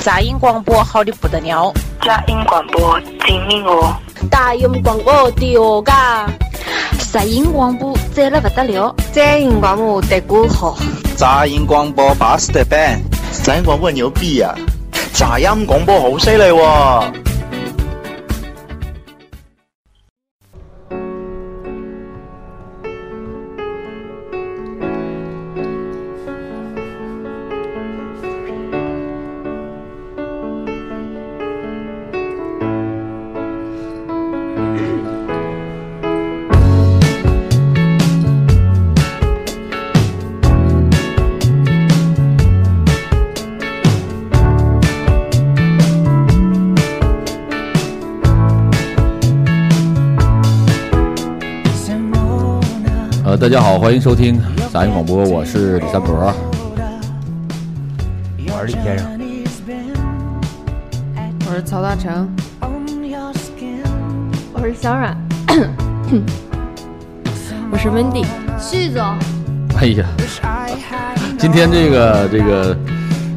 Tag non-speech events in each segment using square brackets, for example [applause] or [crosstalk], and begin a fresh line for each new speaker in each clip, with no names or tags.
杂音广播好的不得了，
佳音广播精明哦，
大音广播的哦嘎，
杂音广播赞了不得了，
杂音广播的歌好，
杂音广播巴适的板，
杂音广播牛逼啊！杂音广播好犀利喎！
呃，大家好，欢迎收听杂音广播，我是李三博。
我是李先生。
我是曹大成，
我是小冉，我是 Wendy，
旭总。
[laughs] 哎呀，今天这个这个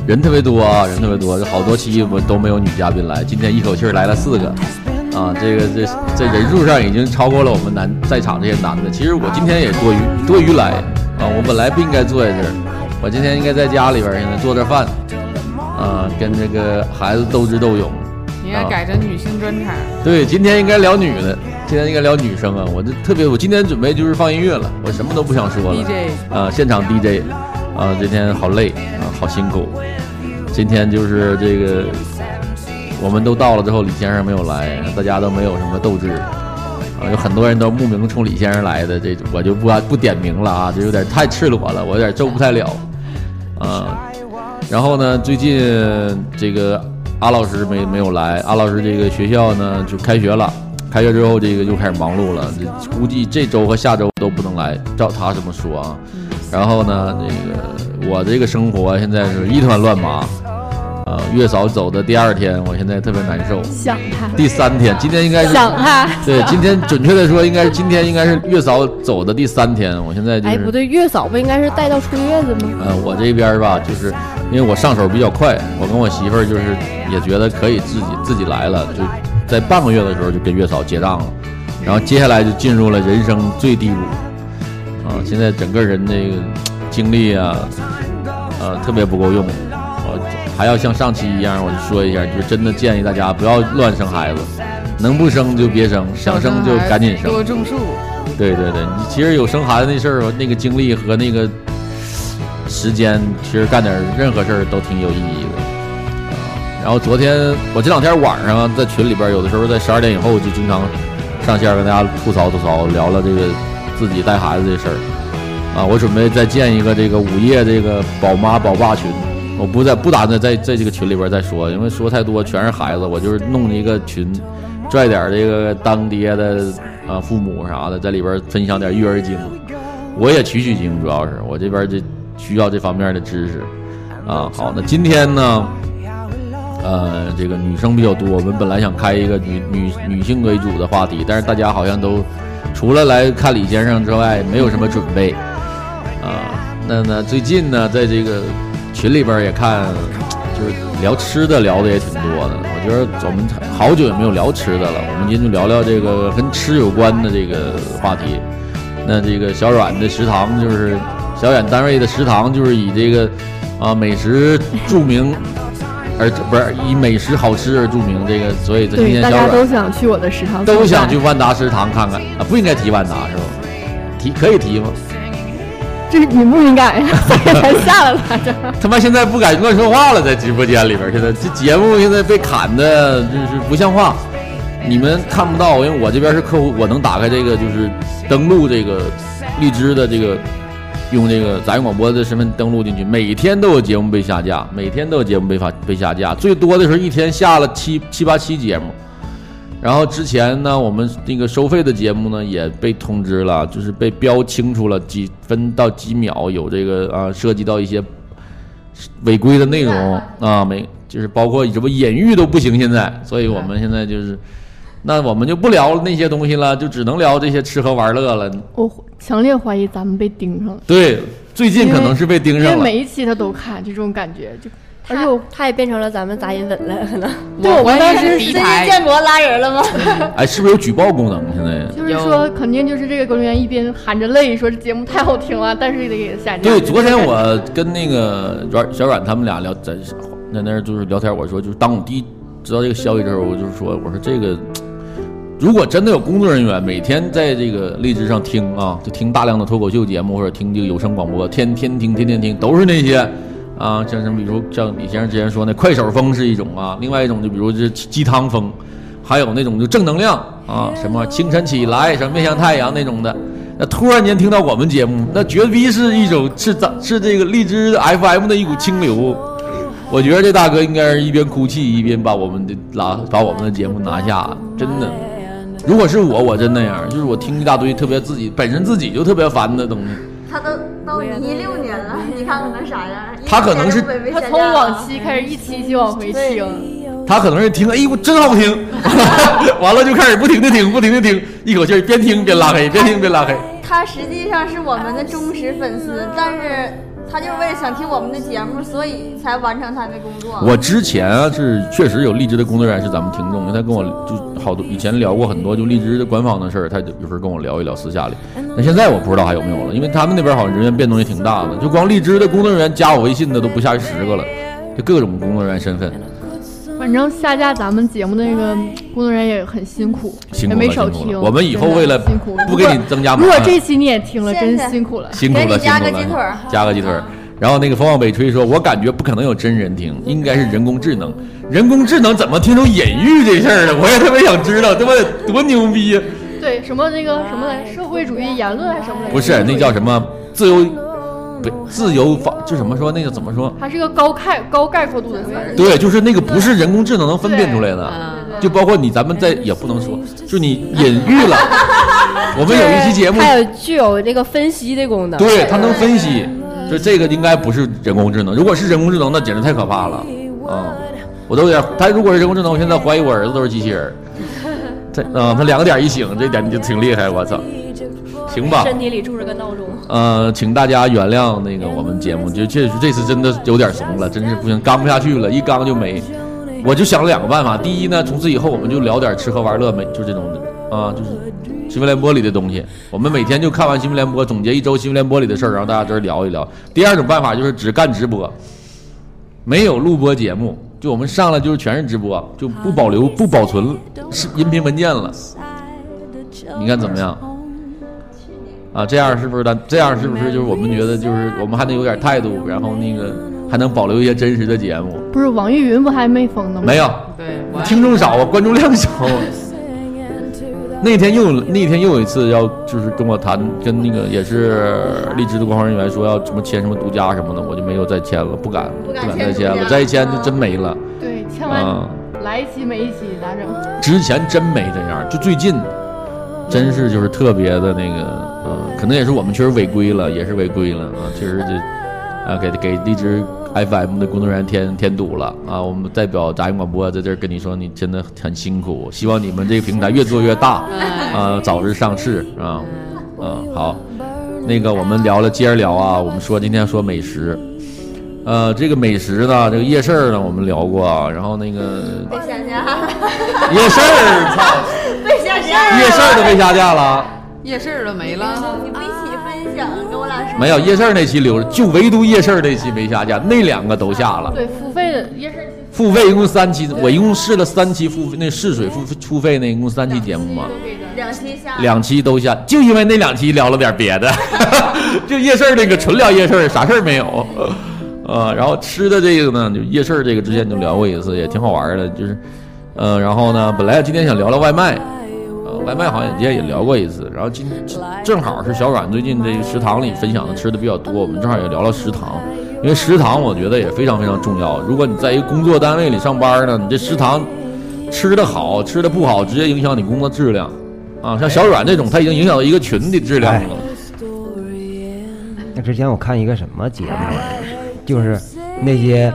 人特别多啊，人特别多，这好多期我都没有女嘉宾来，今天一口气儿来了四个。啊，这个这这人数上已经超过了我们男在场这些男的。其实我今天也多余多余来啊，我本来不应该坐在这儿，我今天应该在家里边儿现在做点饭，啊，跟这个孩子斗智斗勇。
你应该改成女性专场。
对，今天应该聊女的，今天应该聊女生啊。我这特别，我今天准备就是放音乐了，我什么都不想说了。
DJ
啊，现场 DJ 啊，今天好累啊，好辛苦。今天就是这个我们都到了之后，李先生没有来，大家都没有什么斗志，啊，有很多人都慕名冲李先生来的，这我就不不点名了啊，这有点太赤裸了，我有点受不太了，啊，然后呢，最近这个阿老师没没有来，阿老师这个学校呢就开学了，开学之后这个就开始忙碌了，这估计这周和下周都不能来，照他这么说啊，
嗯
然后呢，这个我这个生活现在是一团乱麻。啊，月嫂走的第二天，我现在特别难受。
想他，
第三天，今天应该是
想他。
对，今天准确的说，应该是今天应该是月嫂走的第三天。我现在就是，
哎，不对，月嫂不应该是带到出月子吗？
呃，我这边儿吧，就是因为我上手比较快，我跟我媳妇儿就是也觉得可以自己自己来了，就在半个月的时候就跟月嫂结账了，然后接下来就进入了人生最低谷，啊，现在整个人这个精力啊，呃，特别不够用。我还要像上期一样，我就说一下，就是真的建议大家不要乱生孩子，能不生就别生，想生就赶紧生。
多种树。
对对对，你其实有生孩子那事儿，那个精力和那个时间，其实干点任何事儿都挺有意义的。啊然后昨天我这两天晚上啊在群里边，有的时候在十二点以后就经常上线跟大家吐槽吐槽，聊聊这个自己带孩子这事儿。啊，我准备再建一个这个午夜这个宝妈宝爸群，我不在不打算在在这个群里边再说，因为说太多全是孩子，我就是弄一个群，拽点这个当爹的啊父母啥的在里边分享点育儿经，我也取取经，主要是我这边这需要这方面的知识啊。好，那今天呢，呃，这个女生比较多，我们本来想开一个女女女性为主的话题，但是大家好像都除了来看李先生之外，没有什么准备。啊，那那最近呢，在这个群里边也看，就是聊吃的聊的也挺多的。我觉得我们好久也没有聊吃的了，我们今天就聊聊这个跟吃有关的这个话题。那这个小阮的食堂就是小阮单位的食堂，就是以这个啊美食著名，而不是以美食好吃而著名。这个所以在今
对，
天
大
小
家
阮
都想去我的食堂吃饭，
都想去万达食堂看看啊，不应该提万达是吧？提可以提吗？
这是你不应
[laughs]
该， [laughs] 所以才下来来着。
他妈现在不敢乱说话了，在直播间里边儿，现在这节目现在被砍的就是不像话。你们看不到，因为我这边是客户，我能打开这个就是登录这个荔枝的这个用这个杂音广播的身份登录进去，每天都有节目被下架，每天都有节目被发被下架，最多的时候一天下了七七八期节目。然后之前呢，我们那个收费的节目呢也被通知了，就是被标清楚了几分到几秒有这个啊，涉及到一些违规的内容啊，没就是包括什么隐喻都不行，现在，所以我们现在就是，那我们就不聊那些东西了，就只能聊这些吃喝玩乐了。
我强烈怀疑咱们被盯上了，
对，最近可能是被盯
因为
上了
每。一期他都看，就这种感觉就而且我
他也变成了咱们杂音粉了， [laughs] 可能。
对我们当时
敌
最近
台
哎建模拉人了吗？
哎，是不是有举报功能？现在
就是说，肯定就是这个工作人员一边含着泪说这节目太好听了，但是得给下架。
对，昨天我跟那个阮小阮他们俩聊，在在那儿就是聊天，我说就是当我第一知道这个消息之后，我就是说，我说这个如果真的有工作人员每天在这个荔枝上听啊，就听大量的脱口秀节目或者听这个有声广播，天天听，天天听，都是那些。啊，像什么，比如像李先生之前说那快手风是一种啊，另外一种就比如这鸡汤风，还有那种就正能量啊，什么清晨起来，什么面向太阳那种的。那突然间听到我们节目，那绝逼是一种是咱是这个荔枝 FM 的一股清流。我觉得这大哥应该是一边哭泣一边把我们的拉把我们的节目拿下，真的。如果是我，我真那样，就是我听一大堆特别自己本身自己就特别烦的东西。
他都都一六年了，你看看能啥样？
他可能是
他从往期开始一期一期往回听，
他可能是听，哎呦，真好听， [laughs] 完了就开始不停的听，不停的听，一口气儿边听边拉黑，边听边拉黑。
他实际上是我们的忠实粉丝，
啊
但是他就是为了想听我们的节目，所以才完成他的工作。
我之前啊是确实有荔枝的工作人员是咱们听众，因为他跟我就好多以前聊过很多就荔枝的官方的事儿，他就有时候跟我聊一聊私下里。那现在我不知道还有没有了，因为他们那边好像人员变动也挺大的，就光荔枝的工作人员加我微信的都不下于十个了，就各种工作人员身份。
反正下架咱们节目的那个工作人员也很辛苦，
辛
也
苦了
没少
辛苦了
听。
我们以后
真的
为了
辛苦
不给嗯你增加麻
如果
烦
这期你也听了，真
谢谢
辛苦了。
辛苦了，辛苦了，加个鸡腿儿。然后那个风往北吹说，我感觉不可能有真人听，应该是人工智能。人工智能怎么听出隐喻这事儿了？我也特别想知道，他妈得多牛逼啊呀！
对，什么那个什么
哎
来，社会主义言论还是什么来着？
不是，那叫什么自由，不自由法，就怎么说那个怎么说？
它是个高概高概括度的词儿。
对，就是那个不是人工智能能分辨出来的，就包括你咱们在也不能说，就你隐喻 [laughs] 了。我们有一期节目，
它有具有这个分析的功能。
对，它能分析，就这个应该不是人工智能。如果是人工智能，那简直太可怕了啊、我都有点，他如果是人工智能，我现在怀疑我儿子都是机器人儿。他啊、他两个点儿一醒，这点就挺厉害，我操！行吧，
身体里住着个闹钟。
呃，请大家原谅那个我们节目，就确实这次真的有点怂了，真是不行，刚不下去了，一刚就没。我就想了两个办法，第一呢，从此以后我们就聊点吃喝玩乐，没就这种的啊，就是新闻联播里的东西。我们每天就看完新闻联播，总结一周新闻联播里的事儿，然后大家这儿聊一聊。第二种办法就是只干直播，没有录播节目，就我们上来就是全是直播，就不保留不保存是音频文件了。你看怎么样？啊，这样是不是咱这样是不是就是我们觉得就是我们还得有点态度，然后那个还能保留一些真实的节目？
不是网易云不还没封呢吗？
没有，听众少啊，观众量少啊。那天又有那天又有一次要就是跟我谈，跟那个也是荔枝的官方人员说要什么签什么独家什么的，我就没有再签了，不敢不敢再签了，再一签就真没了。
对，千
啊
万来一期没一期咋整？
之前真没这样，就最近，真是就是特别的那个，呃，可能也是我们确实违规了，也是违规了啊，确实这，啊，给给荔枝 FM 的工作人员添添堵了啊，我们代表杂音广播在这儿跟你说，你真的很辛苦，希望你们这个平台越做越大，啊，早日上市啊，嗯，好，那个我们聊了，接着聊啊，我们说今天说美食。呃，这个美食呢，这个夜市儿呢，我们聊过啊，然后那个
被下架，
夜市儿，操，
[laughs] 被下架，
夜市儿都被下架了，
夜市都没了。你们一起分享，跟我俩说。
没有夜市儿那期留着，就唯独夜市儿那期没下架，那两个都下了。
对，付费的也是
付费一共三期，我一共试了三期付费，那试水付付费那一共三期节目嘛，
两期下，
两期都下，就因为那两期聊了点别的， [laughs] 就夜市儿那个纯聊夜市儿，啥事儿没有。呃，然后吃的这个呢，就夜市儿这个之前就聊过一次，也挺好玩儿的，就是，呃，然后呢，本来今天想聊聊外卖，呃，外卖好像之前也聊过一次，然后今正好是小阮最近这个食堂里分享的吃的比较多，我们正好也聊聊食堂，因为食堂我觉得也非常非常重要。如果你在一个工作单位里上班呢，你这食堂吃的好吃的不好，直接影响你工作质量啊。像小阮这种，他已经影响到一个群体质量了。
那之前我看一个什么节目啊，就是那些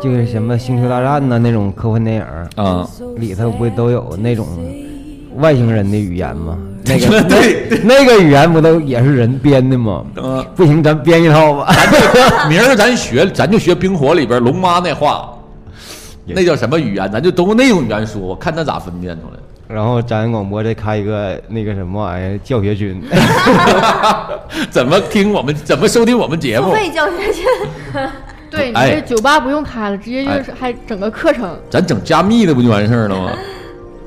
就是什么《星球大战》呐那种科幻电影
啊，
里头不都有那种外星人的语言吗？ [laughs] 那个
[laughs] 对
那个语言不都也是人编的吗？不行，咱编一套吧。 [laughs]
明儿咱学，咱就学冰火里边龙妈那话，那叫什么语言？咱就都用那种语言说，我看他咋分辨出来。
然后咱广播再开一个那个什么玩意儿教学群，
怎么听我们，怎么收听我们节目
付？费教学群，
对，你
哎
这酒吧不用开了，直接就是还整个课程。
咱整加密的不就完事儿了吗？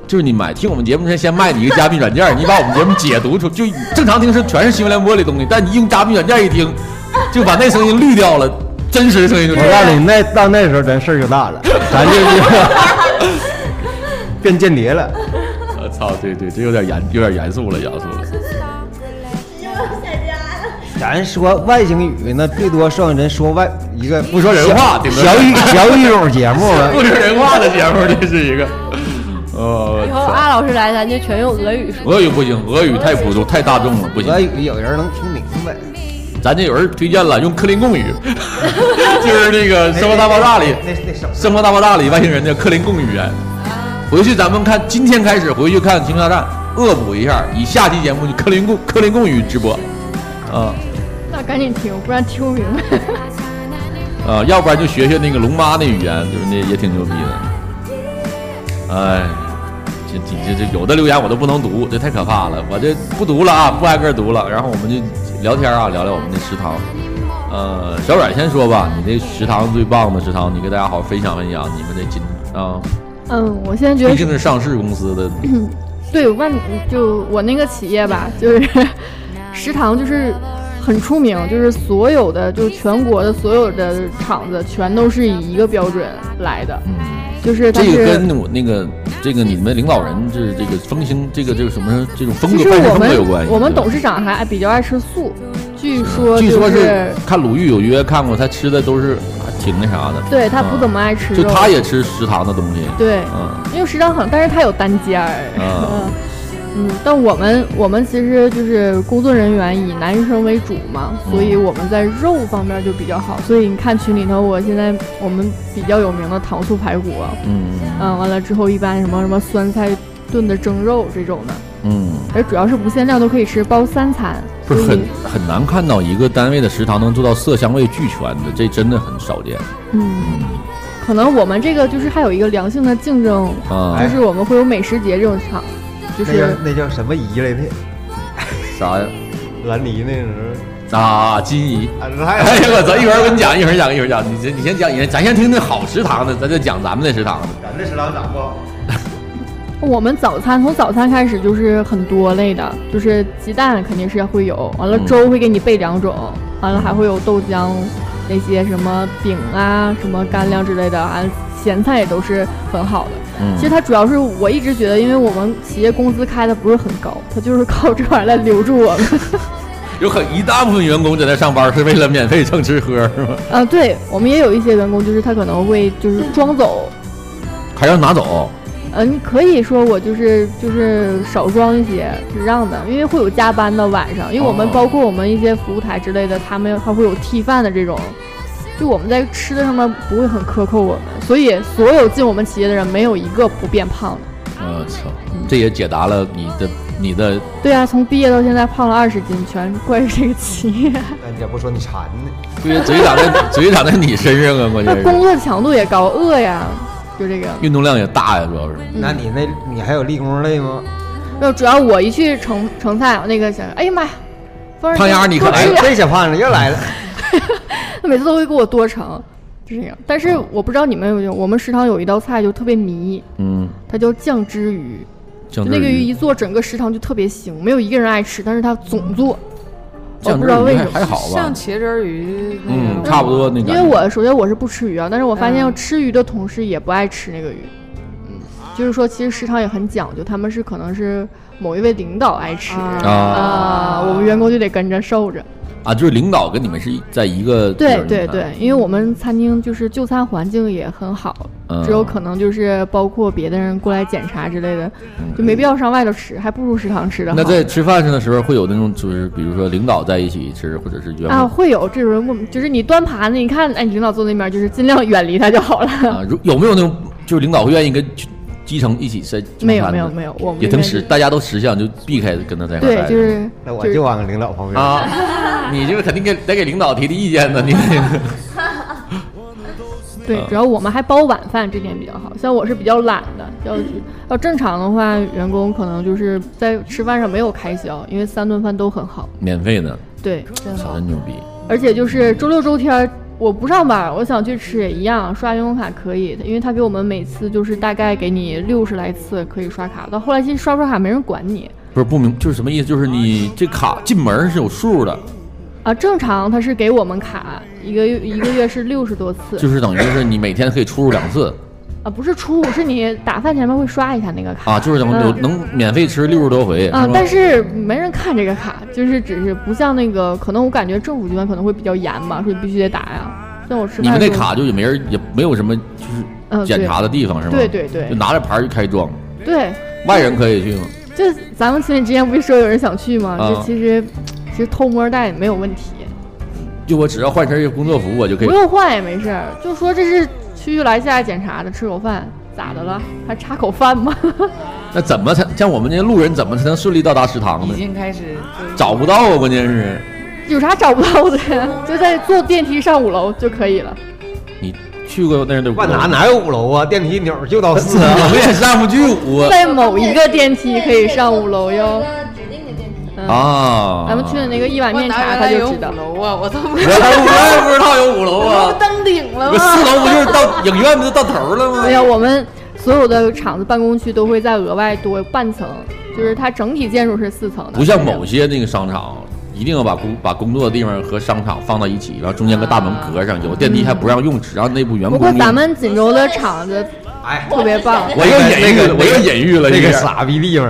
就是你买听我们节目之前，先卖你一个加密软件儿，你把我们节目解读出，就正常听是全是新闻联播里东西，但你用加密软件一听，就把那声音滤掉了，真实的声音就
我
出来
告诉
了。
你，那到那时候咱事儿就大了，咱就是变间谍了。
我操，对对，这有点严，有点严肃了，严肃了。
咱说外星语呢，最多算咱说外一个
不说人话顶多 [laughs]
小语小语种节目了。
不说人话的节目，这是一个。呃，
以后阿老师来，咱就全用俄语说。
俄语不行，俄语太普通，太大众了，不行。
俄语有人能听明白。
咱这有人推荐了，用克林贡语，就是那个
哎
《生活大爆炸》里，
那那什
《生活大爆炸》里外星人的克林贡语言。回去咱们看，今天开始回去看《星球大战》，恶补一下，以下期节目就克林贡克林贡语直播。啊、
那赶紧听，不然听不明白。 [laughs]
啊、要不然就学学那个龙妈那语言，就是那也挺牛逼的。哎，这这这这有的留言我都不能读，这太可怕了。我这不读了啊，不挨个读了。然后我们就聊天啊，聊聊我们的食堂。呃，小阮先说吧，你这食堂最棒的食堂，你给大家好好分享分享你们这今啊，
嗯，我现在觉
毕
得
竟是上市公司的，
对，万嗯就我那个企业吧，就是 [laughs] 食堂就是很出名，就是所有的就全国的所有的厂子全都是以一个标准来的，就是但
嗯这
是
个跟我那个这个你们领导人是这个风行这个这个什么这种风
其
格
实
办事
我
风格有关
们
系。
我们
对吧啊
董事长还比较爱吃素，据说
据
就
说是看《鲁豫有约》看过，他吃的都是还挺那啥的。
对他不
嗯
怎么爱吃
就
肉，
他也吃食堂的东西。
对
嗯
因为食堂很，但是它有单间儿。
啊
[laughs] 嗯，但我们我们其实就是工作人员以男生为主嘛，
嗯
所以我们在肉方面就比较好。所以你看群里头，我现在我们比较有名的糖醋排骨，
嗯
嗯，完了之后一般什么什么酸菜炖的蒸肉这种的，
嗯，
而主要是不限量都可以吃，包三餐。
不
所
是
以
很很难看到一个单位的食堂能做到色香味俱全的，这真的很少见。
嗯，可能我们这个就是还有一个良性的竞争，
啊
就是我们会有美食节这种场，就
那叫
是
那叫什么姨来着？
啥呀？
兰妮那时
啊，金怡。
候，
[laughs] 哎呦我操！一会儿我跟你讲，一会儿讲，一会儿讲。你先你先讲，你先咱先听听好食堂的，咱再讲咱们的食堂的。
咱这食堂咋不好？
我们早餐从早餐开始就是很多类的，就是鸡蛋肯定是会有，完了
嗯
粥会给你备两种，完了还会有豆浆，那些什么饼啊、什么干粮之类的，啊， [laughs] 咸菜也都是很好的。
嗯
其实它主要是我一直觉得，因为我们企业工资开的不是很高，它就是靠这玩意儿来留住我们。
有很一大部分员工在那上班是为了免费蹭吃喝，是吧？
呃，对我们也有一些员工，就是他可能会就是装走，
还让拿走？
呃，你可以说我就是就是少装一些，是让的，因为会有加班的晚上，因为我们
哦
包括我们一些服务台之类的，他们还会有替饭的这种，就我们在吃的上面不会很克扣我们，所以所有进我们企业的人没有一个不变胖的。
我呃操！这也解答了你的你的
对啊，从毕业到现在胖了二十斤，全怪这个企业。
那你咋不说你馋呢？
嗯
对，嘴长在嘴长在你身上啊，关
[laughs] 那
键
工
是
作强度也高，饿呀，就这个。
运动量也大呀，主要是。
嗯
那你那你还有立功累吗？
那主要我一去成成菜，那个想，哎呀妈呀，风儿
胖丫儿你可
多
来
吃
哎
点，
这小胖子又
[laughs]
来了。
他每次都会给我多盛，就这样。但是我不知道你们有没有，我们食堂有一道菜就特别迷，
嗯，
它叫酱汁鱼，
酱
就
汁
那个鱼
鱼
一做，整个食堂就特别腥，没有一个人爱吃，但是他总做，我
酱
不
汁
知道
鱼
为
还
什么
还。好吧
像？茄汁儿鱼那
嗯，
个，
差不多那
因
个。
为我首先我是不吃鱼啊，但是我发现
嗯
吃鱼的同事也不爱吃那个鱼，嗯，就是说其实食堂也很讲究，他们是可能是某一位领导爱吃
啊
啊，我们员工就得跟着受着。
啊，就是领导跟你们是一在一个啊
对对对，，因为我们餐厅就是就餐环境也很好，
嗯
只有可能就是包括别的人过来检查之类的，就没必要上外头吃，还不如食堂吃的好。
嗯那在吃饭上的时候会有那种，就是比如说领导在一起吃，或者是员工
啊，会有这种人问，就是你端盘子，你
啊
看，哎，你领导坐那边，就是尽量远离他就好了。
啊，如有没有那种就是领导会愿意跟基层一起在
[laughs] 没有没有没有我们
也
这
挺
边是
识，大家都识相，就避开跟他在一块儿
对
待着。
就是那我就就是
往领导旁边
啊，你这个肯定给得给领导提提意见呢，你得
[laughs] 对
嗯，
主要我们还包晚饭，这点比较好。像我是比较懒的，要要正常的话，员工可能就是在吃饭上没有开销，因为三顿饭都很好。
免费呢，
对，
操，真牛逼！
而且就是周六周天儿我不上班，我想去吃也一样，刷信用卡可以的，因为他给我们每次就是大概给你六十来次可以刷卡，到后来其实刷不刷卡没人管你
不是不明就是什么意思？就是
哦
你这卡进门是有数的，
啊。正常他是给我们卡一个月一个月是六十多次，
就是等于是你每天可以出入两次
啊不是出是你打饭前面会刷一下那个卡
啊，就是能有
嗯
能免费吃六十多回
啊
吧，
但是没人看这个卡，就是只是不像那个，可能我感觉政府机关可能会比较严吧，说你必须得打呀。像我吃
你
饭
们那
的时候
卡就也没人也没有什么就是
嗯
检查的地方是吗？
对对对
就拿着牌儿就开装，
对，
外人可以去吗？
就咱们群里之前不是说有人想去吗？
啊
就其实其实偷摸带也没有问题，
就我只要换身工作服，我就可以
不。用换也没事儿，就说这是区域来下来检查的，吃口饭咋的了？还插口饭吗？ [laughs]
那怎么才像我们这些路人怎么才能顺利到达食堂呢？
已经开始就
找不到啊，关键是
有啥找不到的？就在坐电梯上五楼就可以了。
你去过那儿的五楼
万达哪有五楼啊？电梯钮儿就到四啊，
我也上不去五啊
在某一个电梯可以上五楼哟。
啊
嗯
啊。
咱们去的那个一碗面
我哪
茶，
原
他
来
就
有
知道。
五楼啊，我都 [laughs] 不
我我也不知道有五楼
我
啊
不，登顶了
我
吗？
四楼不就是到
[laughs]
影院不就到头了吗？
没有，哎我们所有的厂子办公区都会再额外多半层，就是它整体建筑是四层的。
不像某些那个商场，一定要把工把工作的地方和商场放到一起，然后中间个大门隔上，有电梯还不让用，只让内部员
啊不
工
过
用。
咱们锦州的厂子， [laughs] 特
哎
别棒。
我又隐喻
那
了，
个
我又隐喻了
那
一
个
下
傻逼地方。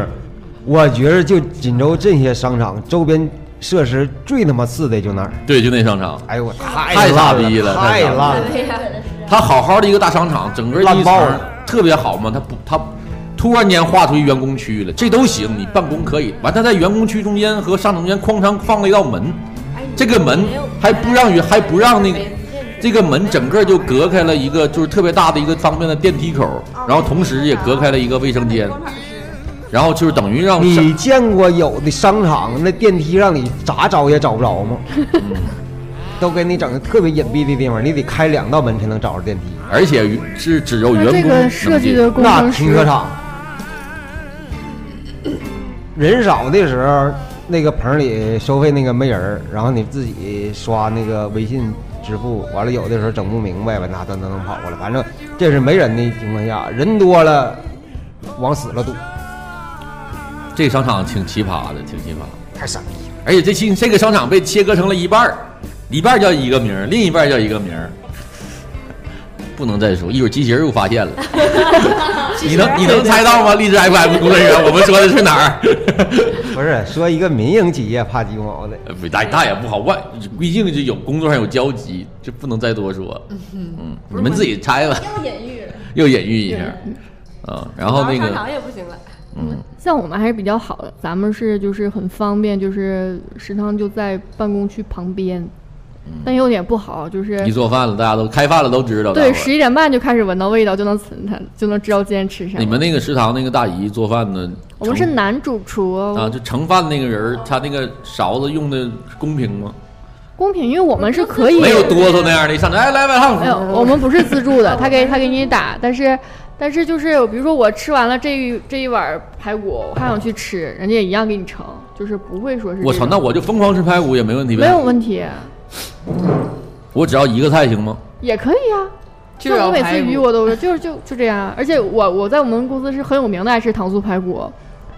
我觉着就锦州这些商场周边设施最他妈次的就那儿。
对，就那商场，
哎呦我太
太
烂
傻
了
逼了，
太
烂
烂了。
他好好的一个大商场，整个一
烂爆
层
了
特别好嘛，他不他突然间划出一员工区了，这都行，你办公可以。完，他在员工区中间和商场中间哐当放了一道门，这个门还不让与还不让那个。这个门整个就隔开了一个，就是特别大的一个方便的电梯口，然后同时也隔开了一个卫生间，然后就是等于让
你见过有的商场那电梯让你咋找也找不着吗？都给你整的特别隐蔽的地方，你得开两道门才能找着电梯。
而且是只有员
那这
工
个设
能
计
进
的工
那
程
停
师
车，场人少的时候，那个棚里收费那个没人儿，然后你自己刷那个微信支付，完了有的时候整不明白，完拿噔噔噔跑过来，反正这是没人的情况下，人多了往死了堵。
这商场挺奇葩的，挺奇葩。
太傻逼了！
而且这新这个商场被切割成了一半儿，一半儿叫一个名儿，另一半儿叫一个名儿。 [laughs] 不能再说，一会儿机器人又发现 [laughs] 了。你能你能猜到 [laughs] 吗？荔枝 FM 工作 [laughs] 人员，我们说的是哪儿？
不是说一个民营企业怕鸡毛
[laughs]
的，
呃不大大也不好，外毕竟就有工作上有交集，就不能再多说。嗯，你们自己猜吧，
又隐喻了。
又隐喻一下。啊，然后那
商
个
场也不行了，
像我们还是比较好的，咱们是就是很方便，就是食堂就在办公区旁边，但有点不好，就是
一嗯做啊饭了，大家都开饭了，都知道。大
对
伙儿
十一点半就开始闻到味道，就能它就能知道今天吃啥
你。们那个食堂那个大姨做饭呢？
我们是男主厨哦
啊，就盛饭那个人儿，他那个勺子用的公平吗？
公平，因为我们是可以
没有哆嗦那样的，一上来哎来碗
没有，
汤。
我们不是自助的，他给他给你打，但是但是就是比如说我吃完了这一这一碗排骨，我还想去吃，人家也一样给你盛，就是不会说是
我
这
操，
种
那我就疯狂吃排骨也没问题
没有
呗？
问题，
我只要一个菜行吗？
也可以啊。
就
像
要
我每
排
次
骨
鱼我都就是就就这样啊，而且我我在我们公司是很有名的爱吃糖醋排骨，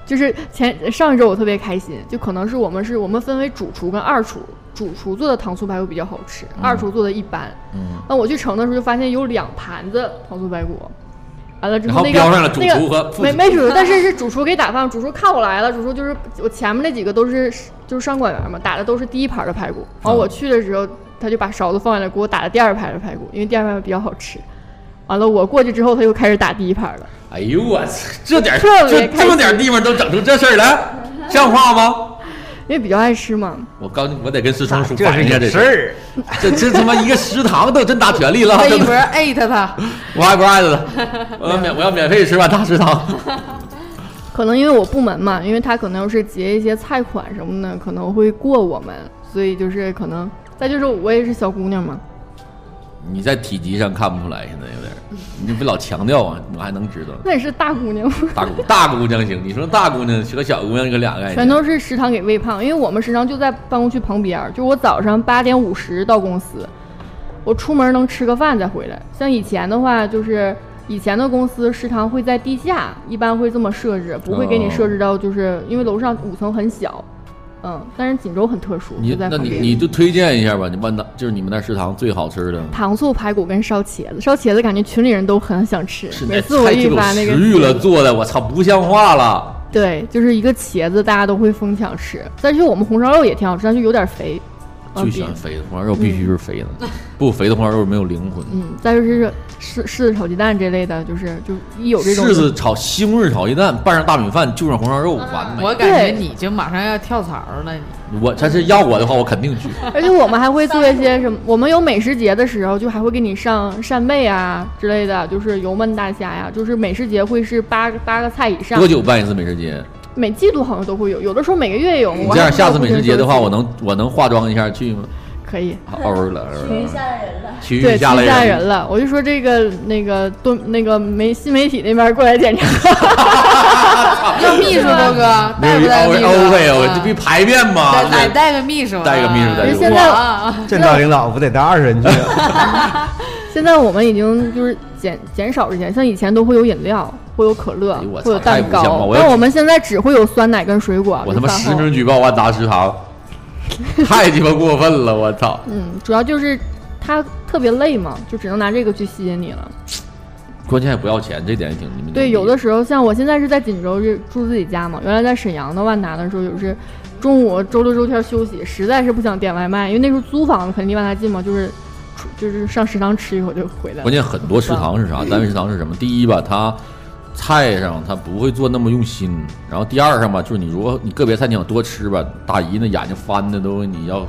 就是前上一周我特别开心，就可能是我们是我们分为主厨跟二厨，主厨做的糖醋排骨比较好吃，二厨做的一般。
嗯，
那我去盛的时候就发现有两盘子糖醋排骨，完了之后那个
然后标上了主
那个
厨和副
没
厨 [laughs]
没主厨，但是是主厨给打饭，主厨看我来了，主厨就是我前面那几个都是就是上管员嘛，打的都是第一盘的排骨，然
嗯
后我去的时候他就把勺子放下来给我打了第二盘的排骨，因为第二盘比较好吃。完了我过去之后他又开始打第一盘了，
哎呦我操，这点
特别
这
开
这
心
么点地方都整出这事儿来，像话吗？
因为比较爱吃嘛。
我刚我得跟师聪说
这
反
是
映一下
个
事儿，这这他妈一个食堂都有真打全力了，
[laughs]
微
真
博
的
艾特他，
我还不爱了，我要免我要免费吃碗大食堂。
可能因为我部门嘛，因为他可能要是结一些菜款什么的，可能会过我们，所以就是可能再就是我也是小姑娘嘛， [laughs]
你在体积上看不出来，现在有点儿，你不老强调啊，我还能知道。
那也是大姑娘， [laughs]
大姑 [laughs] 大姑娘行，你说大姑娘和小姑娘可俩概
全
念。
都是食堂给喂胖，因为我们食堂就在办公区旁边儿，就我早上八点五十到公司，我出门能吃个饭再回来。像以前的话，就是以前的公司食堂会在地下，一般会这么设置，不会给你设置到就是、因为楼上五层很小，嗯，但是锦州很特殊，
你
就在
那
旁
你
边
你就推荐一下吧，你把那就是你们那食堂最好吃的，
糖醋排骨跟烧茄子，烧茄子感觉群里人都很想吃。 [laughs] 每
那
次我
太具
一
有
发那个
食欲了，做的我操不像话了。
对，就是一个茄子，大家都会疯抢吃。但是我们红烧肉也挺好吃，但是有点肥。啊
就喜欢
比
肥的红烧肉必须是肥
[laughs]
的，不肥的红烧肉没有灵魂。
嗯，再就是柿柿子炒鸡蛋这类的，就是就一有这种
柿子炒西红柿炒鸡蛋，拌上大米饭，就上红烧肉，完美。
我
啊
感觉你就马上要跳槽了，你
我他是要我的话，我肯定
[laughs]
去。
而且我
[laughs]
们还会做一些什么，我们有美食节的时候，就还会给你上扇贝啊之类的，就是油焖大虾呀，就是美食节会是八个八个菜以上。
多久？办一次美食节？
每季度好像都会有，有的时候每个月也有。
你
我
嗯这
还
样
不知
下
道
次
不
美食
清
节
楚
的话，
是
我能我能化妆一下去吗？
可以。
哦了，
来人了
区
对，
域
区
下来
下人了。我就说这个那个多那个媒新媒体那边过来检查，
要秘书吗哥
没有
带不带
欧
那个
欧费，我啊这不排便吗？
得得带个秘书啊，
带个秘书带个
现在
见到领导不得带二十人去？啊
[laughs]
现在我们已经就是减减少这些，像以前都会有饮料，会有可乐，
哎我操
会有
太
蛋
不像话
糕
我，要
但我们现在只会有酸奶跟水果。
我他妈
就饭
实
后
名举报万达食堂，太鸡巴过分了！我操，
嗯，主要就是他特别累嘛，就只能拿这个去吸引你了。
关键还不要钱，这点也挺你们
对，有的时候像我现在是在锦州是住自己家嘛，原来在沈阳的万达的时候，有时中午周六周天休息，实在是不想点外卖，因为那时候租房肯定离万达近嘛，就是出就是上食堂吃一口就回来了。
关键很多食堂是啥？单位食堂是什么？第一吧，它菜上它不会做那么用心，然后第二上吧，就是你如果你个别菜你想多吃吧，大姨那眼睛翻的都你要，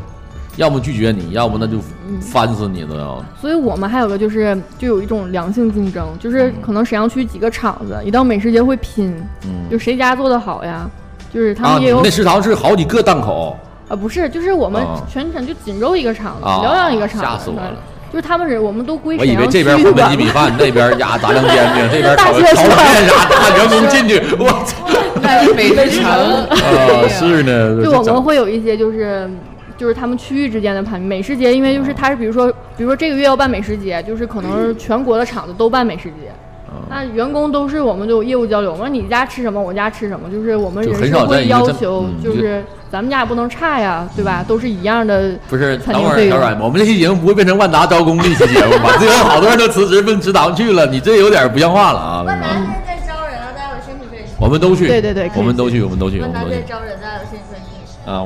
要么拒绝你，要不那就
嗯
翻死你都要。
所以我们还有个就是，就有一种良性竞争，就是可能沈阳区几个厂子一到美食节会拼，
嗯
就谁家做的好呀，就是他
啊，
们也
你
有
们那食堂是好几个档口
啊，不是，就是我们
啊
全省就锦州一个厂子，
啊
辽阳一个厂子，
吓死我了！
就是他们是我们都归
我
沈
以
阳
为这
区
边馄
管
焖鸡米饭，那边呀杂粮煎
[laughs]
饼，这边
大
炒
学
炒
生
冷面啥，
[laughs]
大员工进去，我操！
带个北之城，
[laughs] 啊，是呢，
就
这
我
整
们会有一些就是就是他们区域之间的盘美食节，因为就是它是比如说比如说这个月要办美食节，就是可能是全国的厂子都办美食节。
嗯
那员工都是我们就有业务交流，我说你家吃什么，我家吃什么，就是我们
就
人
很
事
少在一
会
个
要
这
求，
嗯
就
就是
咱们家也不能差呀，对吧？都是一样的。
不是，
餐
等
厅
会儿，等
费
会
用
儿，我们这期节目不会变成万达招工力期节目吧？最后好多人都辞职奔食堂去了，你这有点不像话了啊！
万达现在在招人了，啊大家有兴趣可以去。
我们都去，
对对对，
我们都去，我们都去，我
万
们
达
都
在
去
招人，大家有兴趣可以去。
啊！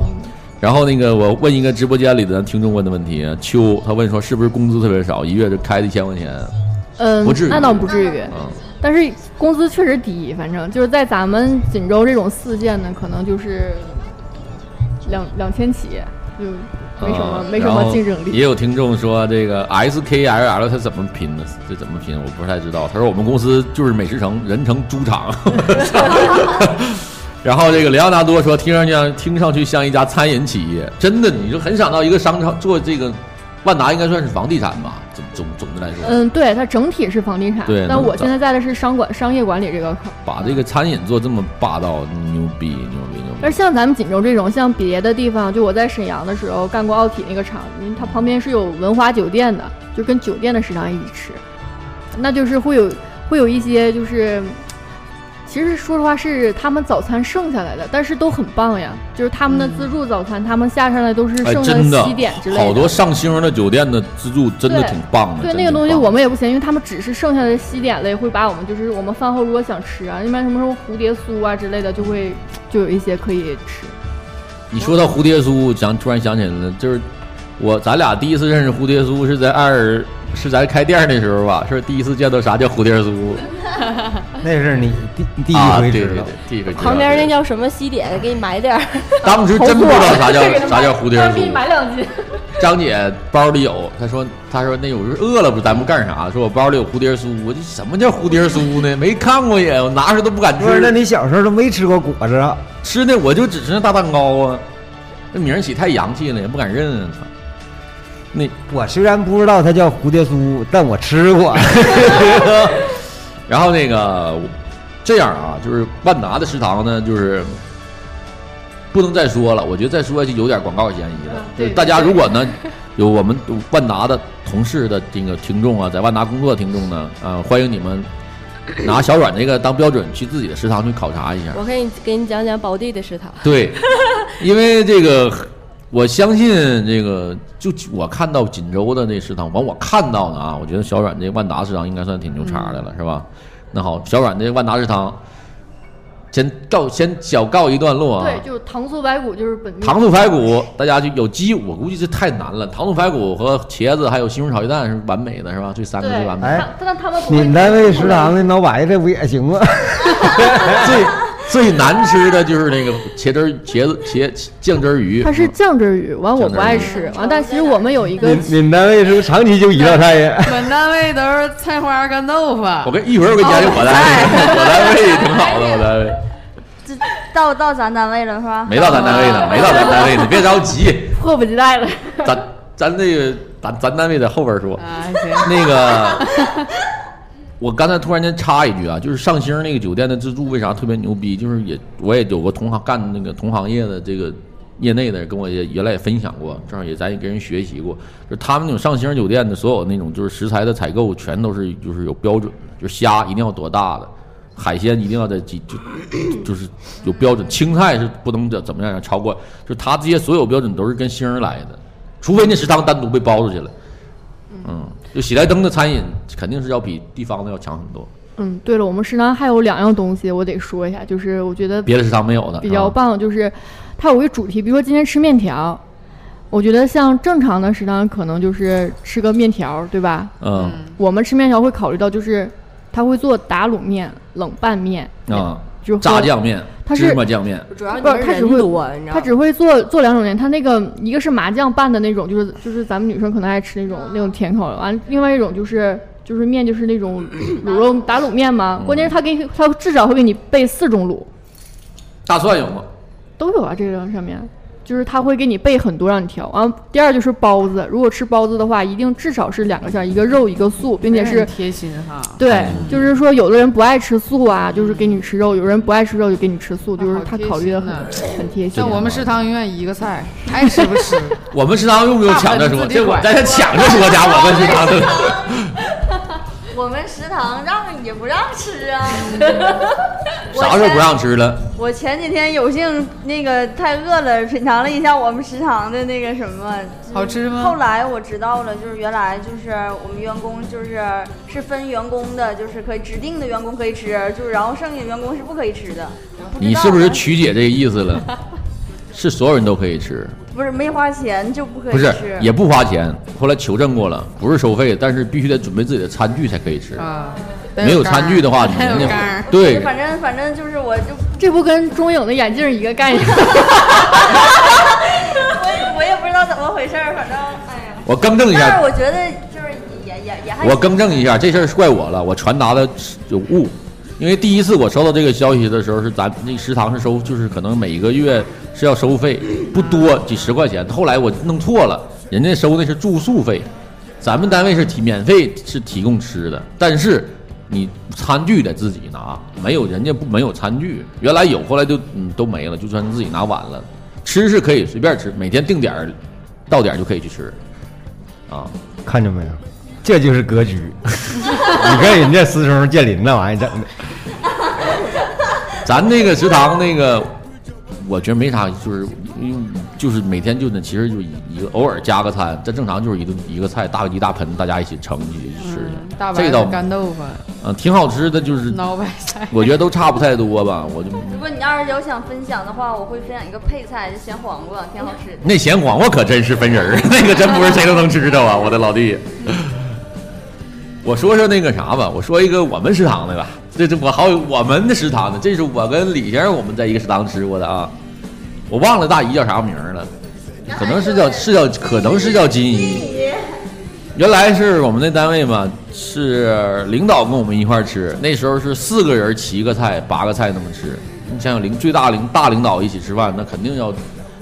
然后那个，我问一个直播间里的听众问的问题，秋他问说是不是工资特别少，一月就开一千块钱？
嗯
不至于，
那倒不至于
嗯
但是工资确实低，反正就是在咱们锦州这种四线呢，可能就是两两千起，就没什么、
啊
没什么竞争
然后
力。
也有听众说这个 S K L L 它怎么拼的？这怎么拼？我不太知道。他说我们公司就是美食城，人成猪场。 [laughs] 然后这个雷奥纳多说，听上去像听上去像一家餐饮企业，真的，你就很想到一个商场做这个，万达应该算是房地产吧，总总总的来说，
嗯，对，它整体是房地产。
对
但
那
我现在在的是商管商业管理这个坑。
把这个餐饮做这么霸道，牛逼牛逼牛逼！
而像咱们锦州这种，像别的地方，就我在沈阳的时候干过奥体那个厂，因为它旁边是有文华酒店的，就跟酒店的食堂一起吃，那就是会有会有一些就是，其实说实话是他们早餐剩下来的，但是都很棒呀，就是他们的自助早餐，他们下上来都是
嗯哎，
剩
真
下
的
七点之类的，
好多上星的酒店的自助真的挺棒的。
对
啊真
那个
挺
东西
棒
我们也不嫌，因为他们只是剩下的西点类会把我们就是我们饭后如果想吃啊，一般什么时候蝴蝶酥啊之类的就会就有一些可以吃。
你说到蝴蝶酥，想突然想起来了，就是我咱俩第一次认识蝴蝶酥是在二是咱开店那时候吧，是第一次见到啥叫蝴蝶酥，
那是你第第一
啊
回
对
知
对
道
对，第一回知道
旁边那叫什么西点，给你买点儿。 [laughs]
当时真不知道啥叫
给他买
啥叫蝴蝶酥
给你买两斤。
张姐包里有，她说她说那我说饿了不咱不干啥，说我包里有蝴蝶酥，我这什么叫蝴蝶酥呢？没看过也，我拿出来都不敢吃。
不是，那你小时候都没吃过果子啊？
吃的我就只吃那大蛋糕啊，那名儿起太洋气了，也不敢认啊。操那
我虽然不知道它叫蝴蝶酥，但我吃过。
[laughs] 然后那个这样啊，就是万达的食堂呢，就是不能再说了，我觉得再说下去有点广告嫌疑了。
嗯对
就是大家如果呢有我们万达的同事的这个听众啊，在万达工作的听众呢，啊、欢迎你们拿小阮这个当标准去自己的食堂去考察一下。
我可以给你讲讲宝地的食堂。 [laughs]
对，因为这个，我相信这个，就我看到锦州的那食堂，完我看到的啊，我觉得小阮这万达食堂应该算挺牛叉的了，是吧？那好，小阮这万达食堂，先告先小告一段落啊。
对，就是糖醋排骨，就是本地
糖醋排骨，大家就有鸡，我估计这太难了。糖醋排骨和茄子还有西红柿炒鸡蛋是完美的，是吧？哎这三个最
对，
完美。
但但他们不
你
会
们单位食堂的老板这不也行啊吗？
最最 [laughs] 难吃的就是那个茄汁儿茄子茄酱汁儿鱼，
它是酱汁儿鱼，完我不爱吃，完但其实我们有一个
你们单位是不是长期就一道菜呀？
满单位都是菜花干豆腐。
我跟一会儿我跟你讲讲 [laughs] 我单位，我单位挺好的，我单位
这到到咱单位了是吧？
没到咱单位呢，没到咱单位呢，别着急，
迫不及待
[laughs]
了。
咱咱这个咱咱单位在后边说。
啊，
那个，我刚才突然间插一句啊，就是上星那个酒店的自助为啥特别牛逼？就是也我也有个同行干那个同行业的这个业内的人跟我也原来也分享过，正好也咱也跟人学习过，就是他们那种上星酒店的所有那种就是食材的采购全都是就是有标准的，就是虾一定要多大的。海鲜一定要在几就 [coughs] 就就是有标准，青菜是不能怎怎么样超过，就是他这些所有标准都是跟星儿来的，除非那食堂单独被包出去了，嗯，就喜来登的餐饮肯定是要比地方的要强很多，
嗯，对了，我们食堂还有两样东西我得说一下，就是我觉得
别的食堂没有的。啊
比较
是吧
棒，就是它有一个主题，比如说今天吃面条，我觉得像正常的食堂可能就是吃个面条，对吧？
嗯
我们吃面条会考虑到就是他会做打卤面、冷拌面，
啊
就，
炸酱面、
它是
芝麻酱面，
主要不是他啊只会他只会做做两种面，他那个一个是麻酱拌的那种，就是就是咱们女生可能爱吃那种那种甜口的，完了另外一种就是。就是面就是那种卤肉打卤面嘛，关键是他给你，他至少会给你备四种卤，
大蒜有吗？
都有啊，这个上面就是他会给你备很多让你挑。完、啊，第二就是包子，如果吃包子的话，一定至少是两个馅儿，一个肉一个素，并且是
很贴心哈。
对，嗯就是说有的人不爱吃素啊，就是给你吃肉；有人不爱吃肉就给你吃素，就是他考虑的很很贴心
像。我们食堂永远一个菜， [laughs] 爱吃不吃。
啊我们食堂用不用抢着
大
说？
笨自己
这我
管
咱家抢着说家，我们食堂的
我们食堂让也不让吃啊。
嗯
我
啥时候
前
不让吃了？
[laughs] 我前几天有幸那个太饿了，品尝了一下我们食堂的那个什么，就是
好吃吗
后来我知道了，就是原来就是我们员工就是是分员工的，就是可以指定的员工可以吃，就是然后剩下的员工是不可以吃的。不知
你
道
是不是
呢
曲解这个意思了？是所有人都可以吃，
不是没花钱就不可以
不
吃？
是也不花钱。后来求证过了，不是收费，但是必须得准备自己的餐具才可以吃。
啊，
没有餐具的话，你们那对
反正反正就是我就
这不跟中影的眼镜一个概念？
我也我也不知道怎么回事儿，反正哎呀。
我更正一
但
下
是我觉得就是也也也还
我更正一下，这事儿是怪我了，我传达的有误。因为第一次我收到这个消息的时候，是咱那食堂是收，就是可能每个月是要收费，不多几十块钱。后来我弄错了，人家收那是住宿费，咱们单位是提免费是提供吃的，但是你餐具得自己拿，没有人家不没有餐具，原来有，后来就嗯都没了，就算自己拿碗了。吃是可以随便吃，每天定点儿到点儿就可以去吃，啊。
看见没有，这就是格局。 [laughs] 你跟人家私生建林那玩意整的，
[laughs] 咱那个食堂那个，我觉得没啥，就是因为就是每天就那，其实就一个偶尔加个餐，这正常就是一顿一个菜，大个一大盆，大家一起盛一起去吃去。
嗯大白
这倒
菜干豆腐，
嗯挺好吃的，就是
孬白菜。 [laughs]
我觉得都差不太多吧。我就
如果你要是有想分享的话，我会分享一个配菜，就咸黄瓜，挺好吃的。
[laughs] 那咸黄瓜可真是分人儿，那个真不是谁都能吃的啊！我的老弟，我说说那个啥吧，我说一个我们食堂的吧，这是我好有我们的食堂的，这是我跟李先生我们在一个食堂吃过的啊，我忘了大姨叫啥名儿了，可能是叫是叫可能是叫金姨，原来是我们那单位嘛，是领导跟我们一块儿吃，那时候是四个人七个菜八个菜那么吃，你想想领最大领大领导一起吃饭，那肯定要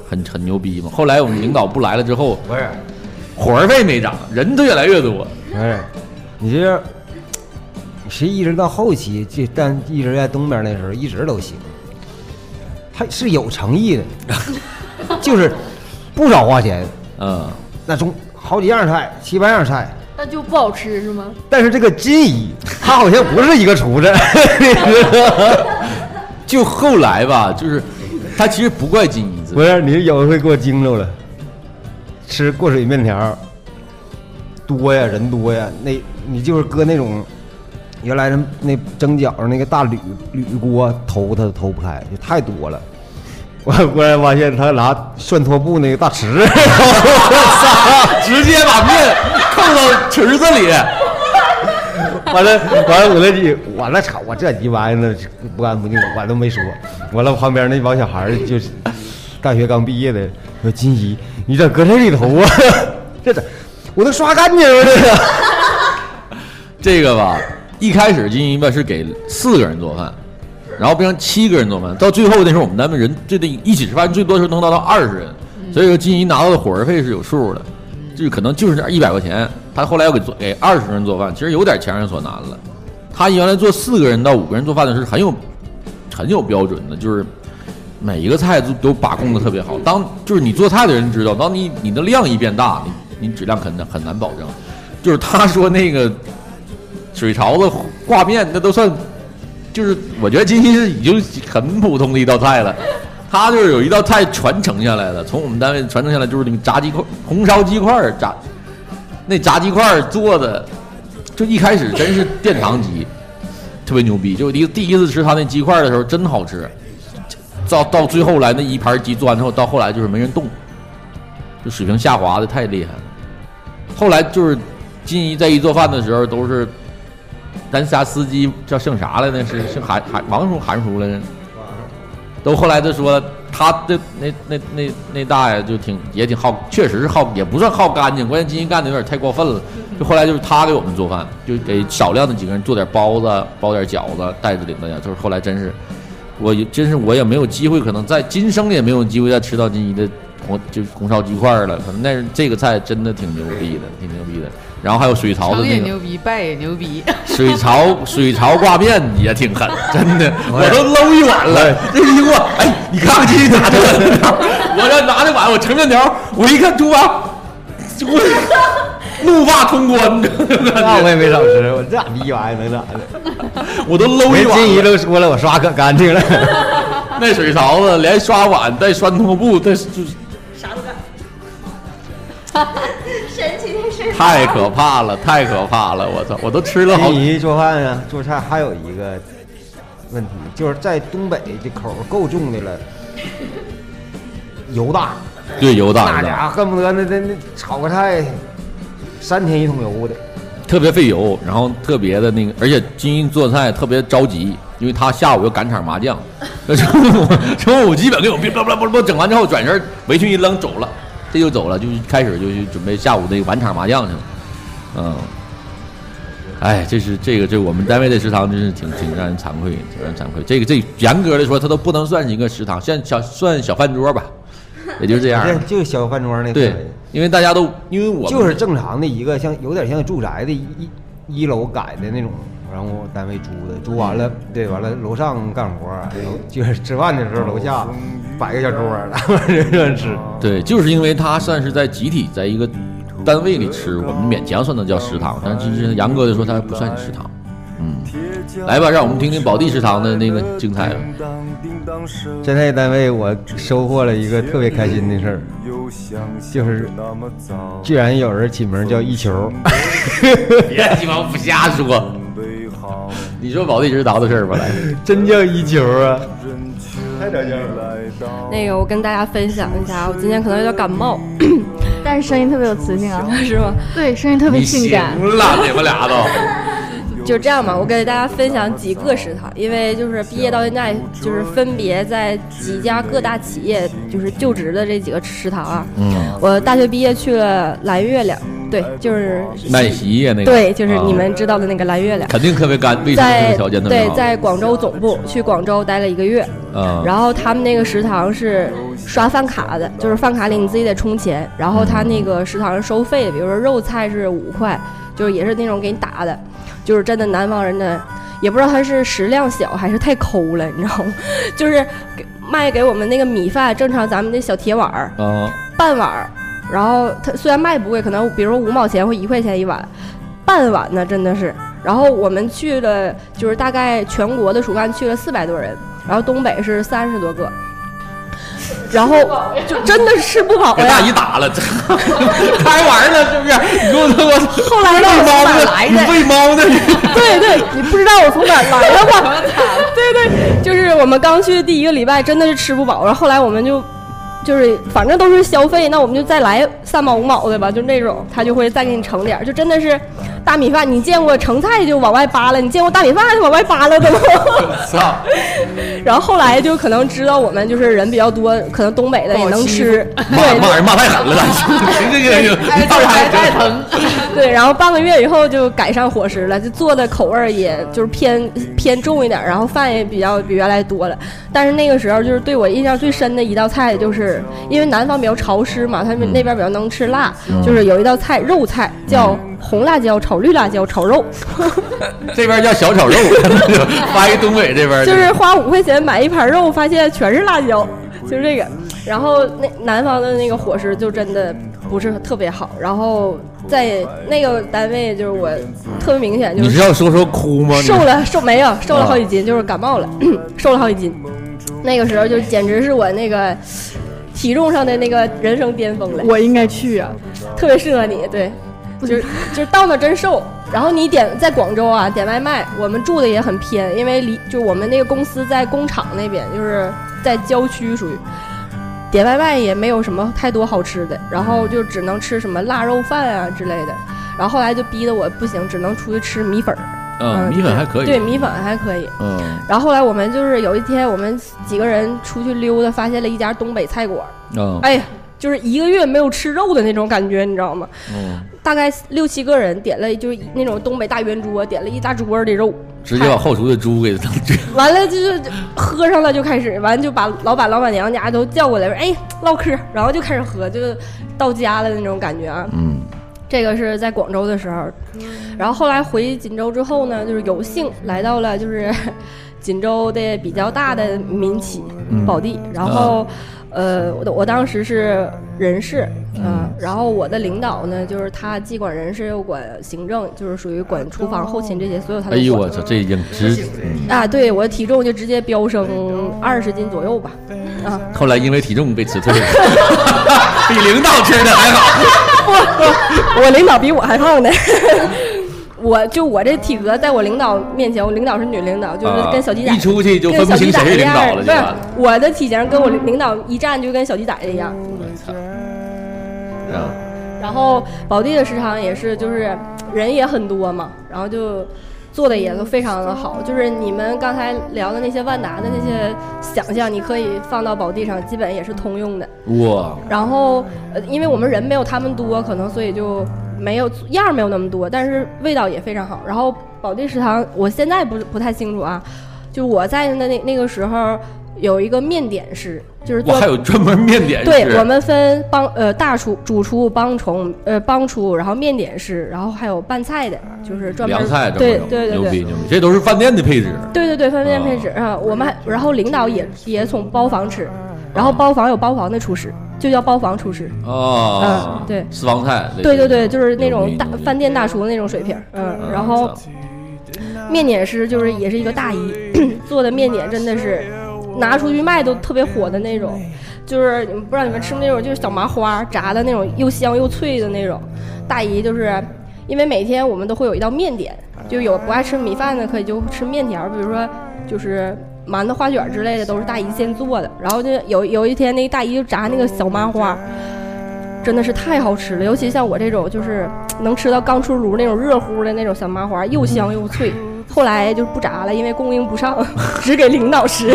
很很牛逼嘛。 [laughs] 后来我们领导不来了之后，
[laughs] 不是
伙儿费没涨，人都越来越多。
哎，你这，是一直到后期，这但一直在东边那时候一直都行，他是有诚意的， [laughs] 就是不少花钱，
嗯，
那中好几样菜，七八样菜，
[laughs] 那就不好吃是吗？
但是这个金姨，她好像不是一个厨子，
就后来吧，就是他其实不怪金姨子，
不是你有一回给我惊着了，吃过水面条，多呀，人多呀，那你就是搁那种原来人那蒸饺那个大铝铝锅投它都投不开，就太多了。我忽然发现他拿涮拖布那个大池子，
直接把面扣到池子里。
完了，完了，我那几，完了，操！我这鸡巴那不干不净，我都没说。完了，旁边那帮小孩儿就是大学刚毕业的，说金怡，你咋搁这里头啊？这咋？我都刷干净了，这个。
这个吧，一开始金一吧是给四个人做饭，然后变成七个人做饭，到最后那时候我们单位人最得一起吃饭最多时候能达到二十人，所以说金一拿到的伙食费是有数的，就是可能就是一百块钱，他后来又给做给二十人做饭，其实有点强人所难了。他原来做四个人到五个人做饭的时候很有很有标准的，就是每一个菜都都把控的特别好。当就是你做菜的人知道，当你你的量一变大，你你质量很难很难保证。就是他说那个水槽子挂面，那都算，就是我觉得今天已经很普通的一道菜了。他就是有一道菜传承下来的，从我们单位传承下来就是那个炸鸡块、红烧鸡块儿炸，那炸鸡块儿做的，就一开始真是殿堂级，特别牛逼。就第第一次吃他那鸡块儿的时候，真好吃。到到最后来那一盘鸡做完之后，到后来就是没人动，就水平下滑的太厉害了。后来就是金一在一做饭的时候，都是咱仨司机叫姓啥来呢？是姓韩韩王叔韩叔来着。都后来都说他的那那那那大爷就挺也挺好，确实是好，也不算好干净，关键金一干的有点太过分了。就后来就是他给我们做饭，就给少量的几个人做点包子，包点饺子，袋子领着点。就是后来真是，我也真是我也没有机会，可能在今生也没有机会再吃到金一的红就红烧鸡块了。可能那这个菜真的挺牛逼的，挺牛逼的。然后还有水槽子
成也
那个。
牛逼，败也牛逼。[laughs]
水槽水槽挂面也挺狠，真
哎
的，我都搂一碗了。这一锅，哎，你看看这是拿的碗，我这拿着碗，我盛面条，我一看猪八，我怒发冲 [laughs] 冠，
那我也没少吃，我这逼玩意能咋的？
我都搂一碗
人
了。
金姨都说了，我刷可干净了。
那水槽子连刷碗带拴拖布，带就是
啥都干。 [laughs] 神奇的是
太可怕了，太可怕了！我操，我都吃了好
金姨做饭啊，做菜还有一个问题，就是在东北这口儿够重的了，油大。
对油大
那
油
家
大，
伙恨不得那那那炒个菜，三天一桶油的。
特别费油，然后特别的那个，而且金英做菜特别着急，因为他下午要赶场麻将，中午中午基本给我们叭叭叭叭整完之后，转身围裙一扔走了，这就走了，就开始就去准备下午那个晚场麻将去了，嗯，哎，这是这个这我们单位的食堂真是挺挺让人惭愧，挺让人惭愧。这个这严格的说，它都不能算是一个食堂，算小算小饭桌吧，也就是这样
这。就小饭桌那氛
对
围，
因为大家都因为我们
就是正常的一个像有点像住宅的一一楼改的那种，然后单位租的，租完了对，完了楼上干活，楼就是吃饭的时候楼下摆个小桌儿，然后就 [laughs] 这样吃。
对，就是因为它算是在集体在一个单位里吃，我们勉强算它叫食堂，但其实杨哥就说它不算是食堂。嗯，来吧，让我们听听宝地食堂的那个精彩吧。
在那个单位，我收获了一个特别开心的事儿，就是居然有人起名叫一球。
别鸡巴不瞎说。 [laughs] 你说宝地食堂的事儿吧，来，
[laughs] 真叫一球啊！啊
那个，我跟大家分享一下，我今天可能有点感冒，
但是声音特别有磁 [laughs] 性啊，
是吗？
对，声音特别性感。
你行了，你们俩都。
就这样吧，我给大家分享几个食堂，因为就是毕业到现在，就是分别在几家各大企业就是就职的这几个食堂啊。
[laughs] 嗯，
我大学毕业去了蓝月亮，对，就是
卖洗衣液那个。
对，就是你们
啊
知道的那个蓝月亮，
肯定特别干，卫生
在
条件特别
对
好。
在广州总部去广州待了一个月，
嗯
然后他们那个食堂是刷饭卡
啊
的，就是饭卡里你自己得充钱，
嗯
然后他那个食堂是收费的，比如说肉菜是五块，就是也是那种给你打的，就是真的南方人的，也不知道他是食量小还是太抠了，你知道吗？ [laughs] 就是给卖给我们那个米饭，正常咱们那小铁碗儿，
啊，
半碗儿，然后它虽然卖不贵，可能比如说五毛钱或一块钱一碗，半碗呢真的是。然后我们去了，就是大概全国的暑干去了四百多人，然后东北是三十多个，然后就真的是吃不饱
给大
呀。
姨打了，这开玩呢，是不是？你给我他妈
后来
喂
让
猫
我
呢？你喂猫呢？
[laughs] 对对，你不知道我从哪儿来的吧？对对，就是我们刚去第一个礼拜，真的是吃不饱，然后后来我们就。就是反正都是消费，那我们就再来三毛五毛的吧，就那种，他就会再给你盛点儿，就真的是大米饭，你见过盛菜就往外扒拉，你见过大米饭就往外扒拉的吗？
操！
然后后来就可能知道我们就是人比较多，可能东北的也能吃，
骂骂人骂太狠了，
[laughs]
这个这个骂人太太
疼。
对，然后半个月以后就改善伙食了，就做的口味儿也就是偏偏重一点儿，然后饭也比较比原来多了。但是那个时候就是对我印象最深的一道菜，就是因为南方比较潮湿嘛，他们那边比较能吃辣，
嗯
就是有一道菜肉菜叫红辣椒炒绿辣椒炒肉，
这边叫小炒
[laughs]
肉，发一东北这边
就是花五块钱买一盘肉，发现全是辣椒，就是这个。然后那南方的那个伙食就真的不是特别好，然后在那个单位就是我特别明显就
你
是
是要说说哭吗？你啊
瘦了瘦没有瘦了好几斤，就是感冒了， [clears throat] 瘦了好几斤。那个时候就简直是我那个体重上的那个人生巅峰了。
我应该去啊，
特别适合你，对，就是就是到那真瘦。然后你点在广州啊，点外卖，我们住的也很偏，因为离就我们那个公司在工厂那边，就是在郊区属于。点外卖也没有什么太多好吃的，然后就只能吃什么腊肉饭啊之类的。然后后来就逼得我不行，只能出去吃米粉儿。
嗯米粉还可以
对，米粉还可以。
嗯
然后后来我们就是有一天，我们几个人出去溜达，发现了一家东北菜馆儿。
嗯
哎呀，就是一个月没有吃肉的那种感觉，你知道吗？
嗯，
大概六七个人点了，就是那种东北大圆桌，点了一大桌的肉，
直接把后厨的猪给弄去。
完了就是喝上了就开始，完就把老板、老板娘家都叫过来，说哎唠嗑，然后就开始喝，就是到家了那种感觉啊。
嗯，
这个是在广州的时候，然后后来回锦州之后呢，就是有幸来到了就是 [laughs] 锦州的比较大的民企
嗯
宝地，然后。呃，我的我当时是人事，嗯，然后我的领导呢，就是他既管人事又管行政，就是属于管厨房、后勤这些，所有他
哎
都管。
呦我操，这已经直。嗯
啊，对，我的体重就直接飙升二十斤左右吧。啊，
后来因为体重被辞
[laughs]
退了，比领导吃的还好。
不，不我领导比我还胖呢。 [laughs] 我就我这体格，在我领导面前，我领导是女领导， [laughs] 就是
啊
跟小鸡仔、
一出去就
跟
分不
小鸡
清
仔
谁是
一
领
样
导
儿
了就
不是
完了
我的体型跟我领导一站就跟小鸡仔一样。嗯
啊
然后宝地的食堂也是，就是人也很多嘛，然后就做的也都非常的好。就是你们刚才聊的那些万达的那些想象，你可以放到宝地上，基本也是通用的。
哇，
然后，呃，因为我们人没有他们多，可能所以就没有样儿没有那么多，但是味道也非常好。然后宝地食堂，我现在不不太清楚啊，就我在的那那个时候有一个面点师，就是做
我还有专门面点师。
对我们分帮呃大厨、主厨、帮厨、呃帮厨，然后面点师，然后还有拌菜的，就是专门
凉菜专门
对
有，
对对
牛
对
逼牛逼，这都是饭店的配置。
对对对，饭店配置啊，我们还然后领导也也从包房吃，然后包房有包房的厨师，就叫包房厨师。
哦，
嗯对
私房菜，
对对对，就是那
牛
种
逼
大饭店大厨那种水平，嗯，然后面点师就是也是一个大姨 [clears throat] 做的面点，真的是拿出去卖都特别火的那种，就是你们不知道你们吃没那种，就是小麻花炸的那种，又香又脆的那种。大姨就是因为每天我们都会有一道面点，就有不爱吃米饭的可以就吃面条，比如说就是。馒头、花卷 [laughs] 之类的都是大姨先做的，然后就有有一天那大姨就炸那个小麻花，真的是太好吃了。尤其像我这种就是能吃到刚出炉那种热乎的那种小麻花，又香又脆。后来就不炸了，因为供应不上， [laughs] 只给领导吃。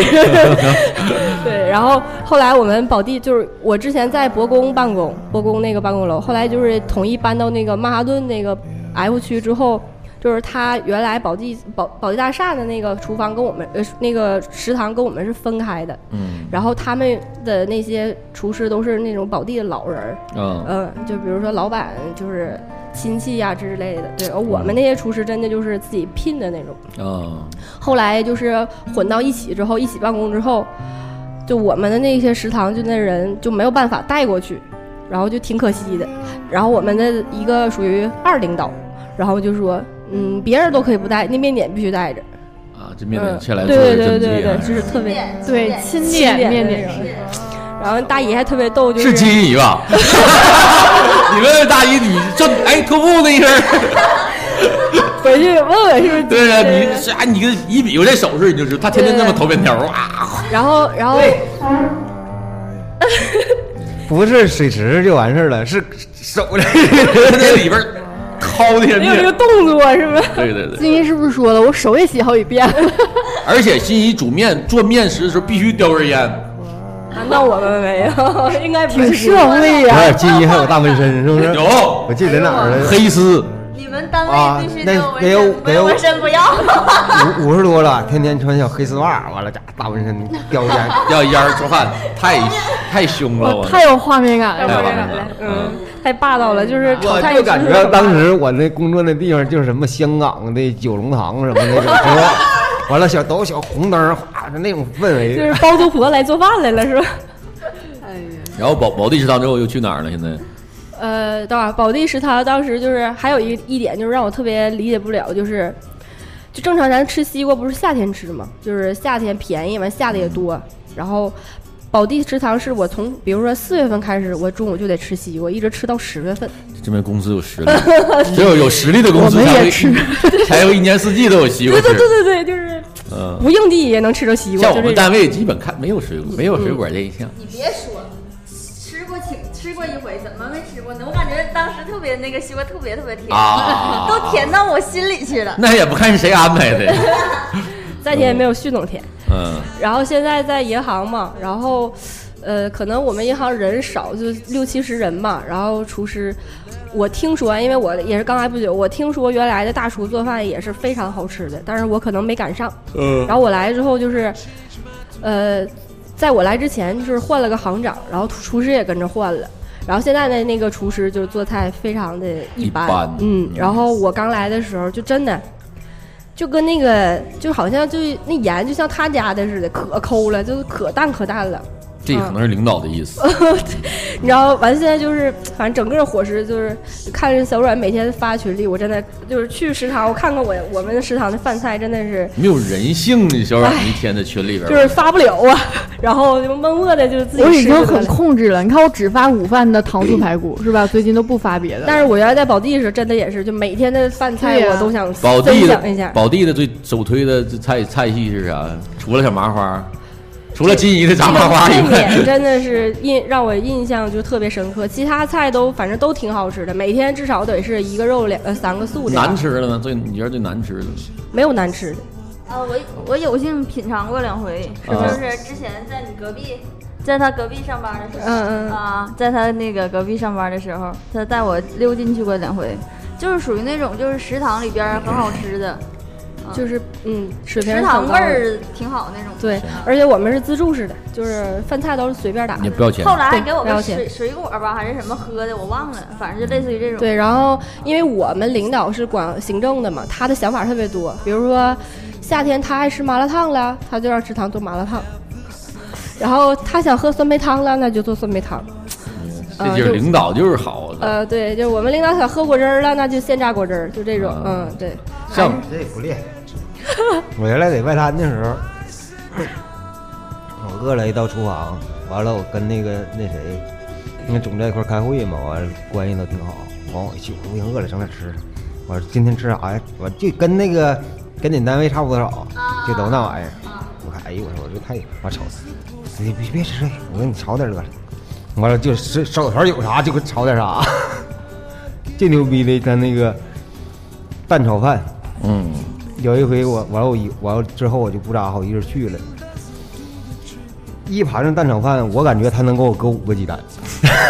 对，然后后来我们保地就是我之前在博工办公，博工那个办公楼，后来就是统一搬到那个曼哈顿那个 F 区之后，就是他原来保地保保地大厦的那个厨房跟我们呃那个食堂跟我们是分开的，
嗯，
然后他们的那些厨师都是那种保地的老人儿，
嗯
嗯，就比如说老板就是亲戚呀、之类的，对，而
嗯
我们那些厨师真的就是自己聘的那种。
啊，
后来就是混到一起之后，一起办公之后，就我们的那些食堂就那人就没有办法带过去，然后就挺可惜的。然后我们的一个属于二领导，然后就说，嗯，别人都可以不带，那面点必须带着。
啊，这面点切来
嗯
做的
对对对
真
对
厉
对，
害，
就是特别
对
亲
亲点
点
面
的
点
那种然后大姨还特别逗，就是
金姨
[laughs]
吧？啊你问问大姨，你这哎拖布那一声儿，
[laughs] 回去问问是不是金
对啊，
对
你是啊，你跟一比划这手势，你就知道他天天这么投便条
[laughs]
哇。
然后然后
不是水池就完事儿了，是手在
那里边掏的
没有
面
这个
动作是吧？
对对对，
金一是不是说了，我手也洗好几遍了？
而且心仪煮面做面食的时候必须叼根烟，
啊那我们没有，应该不是
挺社会
有
啊
呀、
点记忆，还有大纹身是不是？
有，
我记得哪儿了？
黑丝
你们单
啊
位必须，
那
得有
得
纹
有
身，
得有
没有纹身不要。
五五十多了，天天穿小黑丝袜，完了家大纹身，叼烟， [laughs]
要烟儿出汗，太太凶
哦
了，我
太有画面感
太
了。
完美了。
嗯，太霸道了，就是炒
我
菜
就
有
感
时候
觉当时我那工作那地方就是什么香港的九龙塘什么那种，是吧？完了小都小红灯，哗，就那种氛
就
围
是。包租婆来做饭来了，是吧？ [laughs]
然后保保地食堂之后又去哪儿了？现在
呃，对吧？保地食堂当时就是还有一一点就是让我特别理解不了，就是就正常咱吃西瓜不是夏天吃吗？就是夏天便宜完下的也多，然后保地食堂是我从比如说四月份开始，我中午就得吃西瓜，一直吃到十月份。
这边公司有实力，只有有实力的公司
我们
才
也
会才会一年四季都有西瓜
对对
吃。
对对对，就是
嗯，
不应地也能吃着西瓜。
像
就
我
这
们
种
单位基本看没有水果，没有水果这一项。
你别说了，吃过请吃过一回，怎么没吃过呢？我感觉当时特别那个西瓜特别特别甜，
啊
都甜到我心里去了。
那也不看是谁安排的，
再甜也没有旭东甜。
嗯，
然后现在在银行嘛，然后，呃，可能我们银行人少，就六七十人嘛。然后厨师，我听说，因为我也是刚来不久，我听说原来的大厨做饭也是非常好吃的，但是我可能没赶上。
嗯
然后我来之后就是，呃，在我来之前就是换了个行长，然后厨师也跟着换了。然后现在的那个厨师就是做菜非常的一般，
一般
嗯。然后我刚来的时候就真的就跟那个就好像就那盐就像他家的似的，可抠了，就是可淡可淡了。
这可能是领导的意思。
你知道，完现在就是，反正整个伙食就是，看着小阮每天发群里，我真的就是去食堂，我看看我我们食堂的饭菜真的是
没有人性的小冉一天在群里边儿，
就是发不了啊，然后就默默的就自己
我已
吃就
经
得
很
了。
控制了，你看我只发午饭的糖醋排骨是吧？最近都不发别的了。
但是我原来在保地时，真的也是，就每天的饭菜
对呀
我都想
宝
分
地
享一下
的。宝地的最首推的这菜菜系是啥？除了小麻花，除了金怡的炸麻花以
这点
外，
真的是印让我印象就特别深刻，其他菜都反正都挺好吃的，每天至少得是一个肉两呃三个素的，
难吃的呢？最你觉得最难吃的？
没有难吃的。
啊，我我有幸品尝过两回，
是
啊
吗
就是之前在你隔壁，在他隔壁上班的时候，
嗯嗯
啊，在他那个隔壁上班的时候，他带我溜进去过两回，就是属于那种就是食堂里边儿很好吃的，啊
就是嗯，水平
食
很
堂
高
味儿挺好那种。
对，而且我们是自助式的，就是饭菜都是随便打的，
啊也不要钱
后来还给我
对不要
个
钱
水水果吧，还是什么喝的，我忘了，反正就类似于这种。
对，然后因为我们领导是管行政的嘛，他的想法特别多，比如说夏天他爱吃麻辣烫了，他就让食堂做麻辣烫； [laughs] 然后他想喝酸梅汤了，那就做酸梅汤。
这就是领导就是好。
呃，对，就是我们领导想喝果汁儿了，那就现榨果汁儿，就这种。
啊
嗯，对。
像
这不厉害。 [laughs] 我原来在外滩的时候， [clears throat] 我饿了，一到厨房，完了我跟那个那谁，那总在一块儿开会嘛，完了关系都挺好。完我一去，我不行，饿了，整点吃的。我说今天吃啥呀？我就跟那个跟你单位差不多少，就都那哎玩意儿。我看，哎呦，我说我这太我瞅，你别别吃这个，我给你炒点乐的。完了就是手头有啥就给炒点啥。 [laughs] 最牛逼的，咱那个蛋炒饭，
嗯，
有一回我完了我一完了之后我就不咋好意思去了。一盘子蛋炒饭，我感觉他能给我搁五个鸡蛋，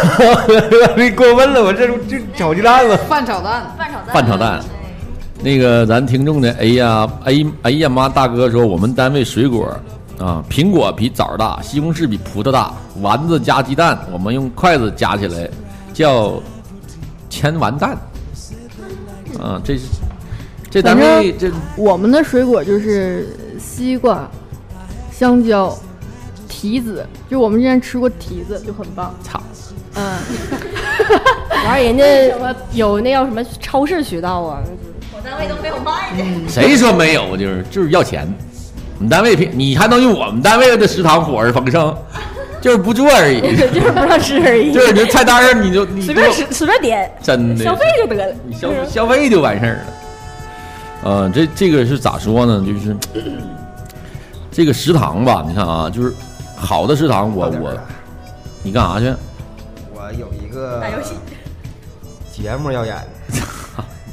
[laughs] 你过分了，我这就炒鸡蛋吧。
饭炒蛋，
饭炒蛋，
饭炒蛋。那个咱听众的哎呀哎哎呀妈大哥说，我们单位水果啊，苹果比枣大，西红柿比葡萄大，丸子加鸡蛋，我们用筷子夹起来叫千丸蛋。啊，这是这单
反
位
正
这
我们的水果就是西瓜、香蕉、提子，就我们之前吃过提子，就很棒。
操！
嗯，
完了 [laughs] 人家有那叫什么超市渠道啊，
我单位都没有卖的。
谁说没有？就是就是要钱。我们单位平，你还能用我们单位的食堂火而丰盛？就是不做而已，
[laughs] 就是不让吃
[laughs]
而已。
就是你菜单上你就你
随
就
便吃随便点，
真的
消费就得了。
你消消费就完事儿了。呃，这这个是咋说呢？就是这个食堂吧，你看啊，就是好的食堂我，我
啊
你干啥去？
我有一个节目要演，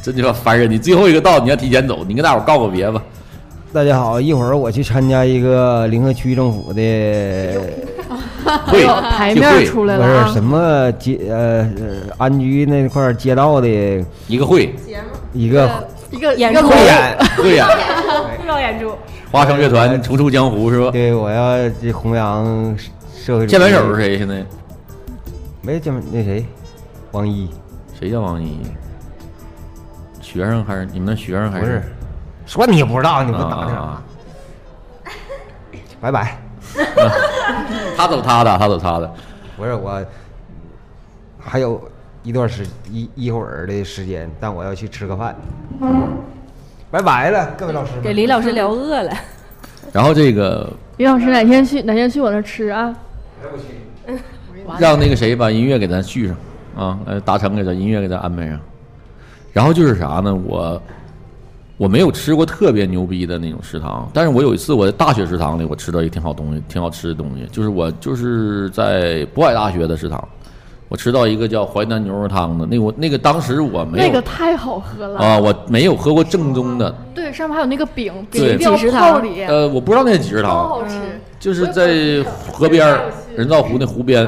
真鸡巴烦人！你最后一个到，你要提前走，你跟大伙儿告个
[laughs]
别吧。
大家好，一会儿我去参加一个临河区政府的
哎
会
哦牌面出来了
不是
啊
什！么街呃呃安居那块儿街道的
一个
[laughs]
会，
一个
一个演
一个
出，
汇演
汇演
[laughs] 汇报演出，
花城乐团重出江湖是吧？
对，我要这弘扬社会主义。
键盘手是谁？现在
没键盘那谁，王一
谁叫王一？学生还是你们那学生还
不
哎是
是？说你也不知道，你不打
啊
听
啊啊
拜拜。
啊他走他的，他走他的。
不是我，还有一段时一一会儿的时间，但我要去吃个饭。拜拜了，各位老师们。
给李老师聊饿了。
然后这个
李老师哪天去哪天去我那儿吃啊？
让那个谁把音乐给咱续上啊，呃，达成给咱音乐给咱安排上。然后就是啥呢？我我没有吃过特别牛逼的那种食堂，但是我有一次我在大学食堂里我吃到一个挺好东西，挺好吃的东西，就是我就是在渤海大学的食堂，我吃到一个叫淮南牛肉汤的，那我那个当时我没有
那个太好喝了
啊，！我没有喝过正宗的，
对，上面还有那个饼，
对
饼掉泡里，
呃，我不知道那是几食
超
堂
好，吃。
就是在河边儿人造湖那湖边，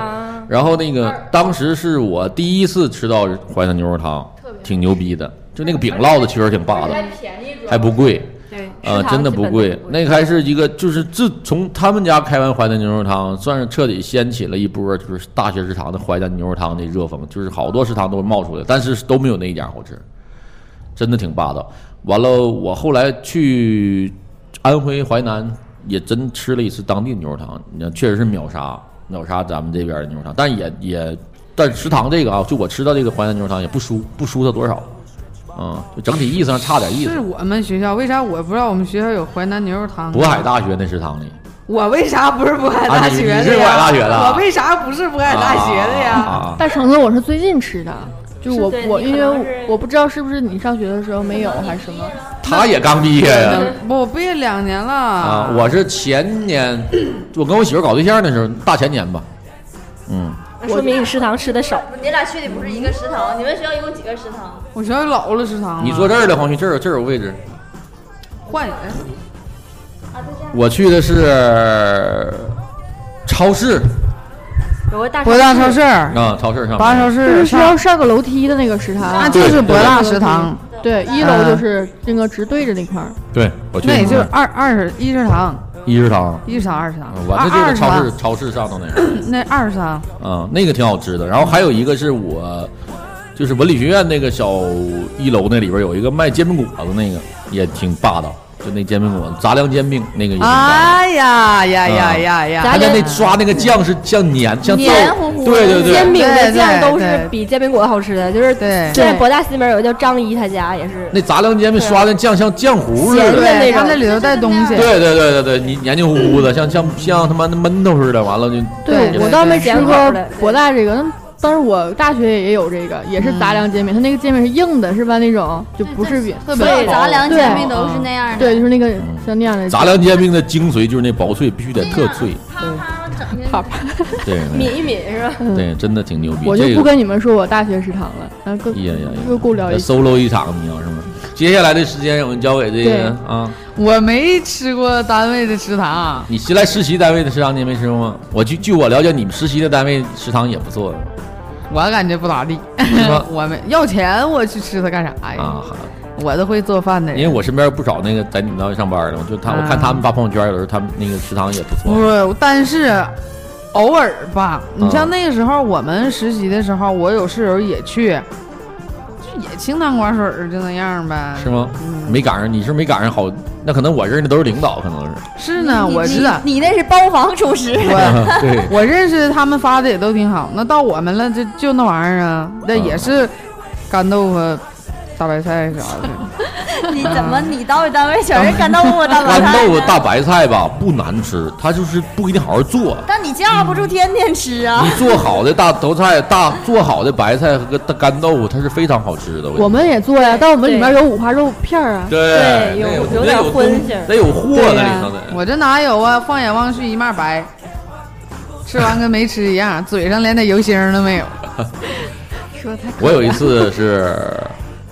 然后那个当时是我第一次吃到淮南牛肉汤，挺牛逼的，就那个饼烙的确实挺霸道，
便宜
还不贵，
对，
呃，真的不贵。那个还是一个，就是自从他们家开完淮南牛肉汤，算是彻底掀起了一波就是大学食堂的淮南牛肉汤的热风，就是好多食堂都冒出来，但是都没有那一家好吃，真的挺霸道。完了，我后来去安徽淮南也真吃了一次当地牛肉汤，那确实是秒杀秒杀咱们这边的牛肉汤，但也也但食堂这个啊，就我吃到这个淮南牛肉汤也不输不输它多少，嗯，就整体意思上差点意思
是。我们学校，为啥我不知道我们学校有淮南牛肉汤？
渤海，大学那食堂里，
我为啥不是渤海大学
啊你
的呀？
你是渤海大学的
我 [laughs] 为啥不是渤海大学的呀？
啊，
大橙子我是最近吃的，就是我
对
我
你
因
可能
为我不知道是不是你上学的时候没有还是什么，
他也刚毕业呀。
我毕业两年了
啊，我是前年，我跟我媳妇搞对象的时候，大前年吧，嗯，
说明你食堂吃的少。
你俩去的不是一个食堂，你们学校一共几个食堂？
我学校老了食堂了。
你坐这儿了，黄旭，这儿有这儿有位置。
啊换人，
我去的是超市
有个大
博大超市
啊，超市上面。
八超市
就是需要上个楼梯的那个食堂，啊
那就是博大食堂
对，一楼
嗯
就是那个直对着那块儿，
对，我去
那也就是二二十一食堂，
一食堂，
一食堂二食堂
啊，完
二
了就
二
是
食
超
堂
市，超市上头那个，
那二食堂
啊，那个挺好吃的。然后还有一个是我，就是文理学院那个小一楼那里边有一个卖煎饼果子那个，也挺霸道，就那煎饼果子杂粮煎饼那个也挺霸道。
啊
哎呀呀呀呀呀！
他家那刷那个酱是像黏像豆
黏糊糊，，
对对对，
煎饼的酱都
对
是
对
比煎饼果子好吃的，就是
对
现在博大西门有个叫张姨，她家也是
那杂粮煎饼刷的酱像酱糊似的，
对，他那里头带东西。
对对对对对，你黏黏糊糊的，像像像他妈的闷头似的，完了就
对
就
我倒没吃过博大这个，但是我大学也有这个，也
嗯
是杂粮煎饼，它那个煎饼是硬的，是吧？那种就不是饼，
特别所有薄杂粮
对
煎饼都是那样的
嗯
对，就是那个像那样的
杂粮煎饼的精髓就是那薄脆，必须得特脆。
他们整
啪啪，
对，
抿一抿是吧？
对，真的挺牛逼。
我
这
就
个
不跟你们说我大学食堂了，呃咱更
呀呀呀
又够聊一期。
solo 一场，你要是吗？接下来的时间我们交给这
对
个啊，
我没吃过单位的食堂，
你新来实习单位的食堂你也没吃过吗？我据据我了解，你们实习的单位食堂也不错
我感觉不咋地
是
[laughs]
吗。
我们要钱，我去吃它干啥呀？
啊，
我都会做饭的
因
人。
为我身边有不少那个在你们单位上班的，我就他
啊
我看他们发朋友圈，有时候他们那个食堂也不错。
嗯
不，但是偶尔吧，你
嗯
像那个时候我们实习的时候，我有室友也去，就也清汤寡水儿就那样呗。嗯
是吗？没赶上，你是没赶上好，那可能我认识的都是领导，可
[laughs]
能是。
是呢，
你
我
你
是的
你那是包房厨师， [laughs]
[laughs] 对，
我认识他们发的也都挺好，那到我们了就就那玩意儿啊，那
嗯
也是干豆腐、大白菜啥的。
啊
你怎么
嗯
你到单位全是干豆
[laughs]
腐大白
干
菜
豆腐
呢？
大白菜吧不难吃，它就是不一定好好做。
但你架不住天天吃啊
你！做好的大头菜、大做好的白菜和大干豆腐，它是非常好吃的。
我们也做呀，但我们里面有五花肉片儿啊。
对
对有
得
有
得
点
东
荤腥
得有货在里头的。
我这哪有啊？放眼望去一面白，吃完跟没吃一样，嘴上连点油星儿都
[laughs]
没有。
说他
我有一次是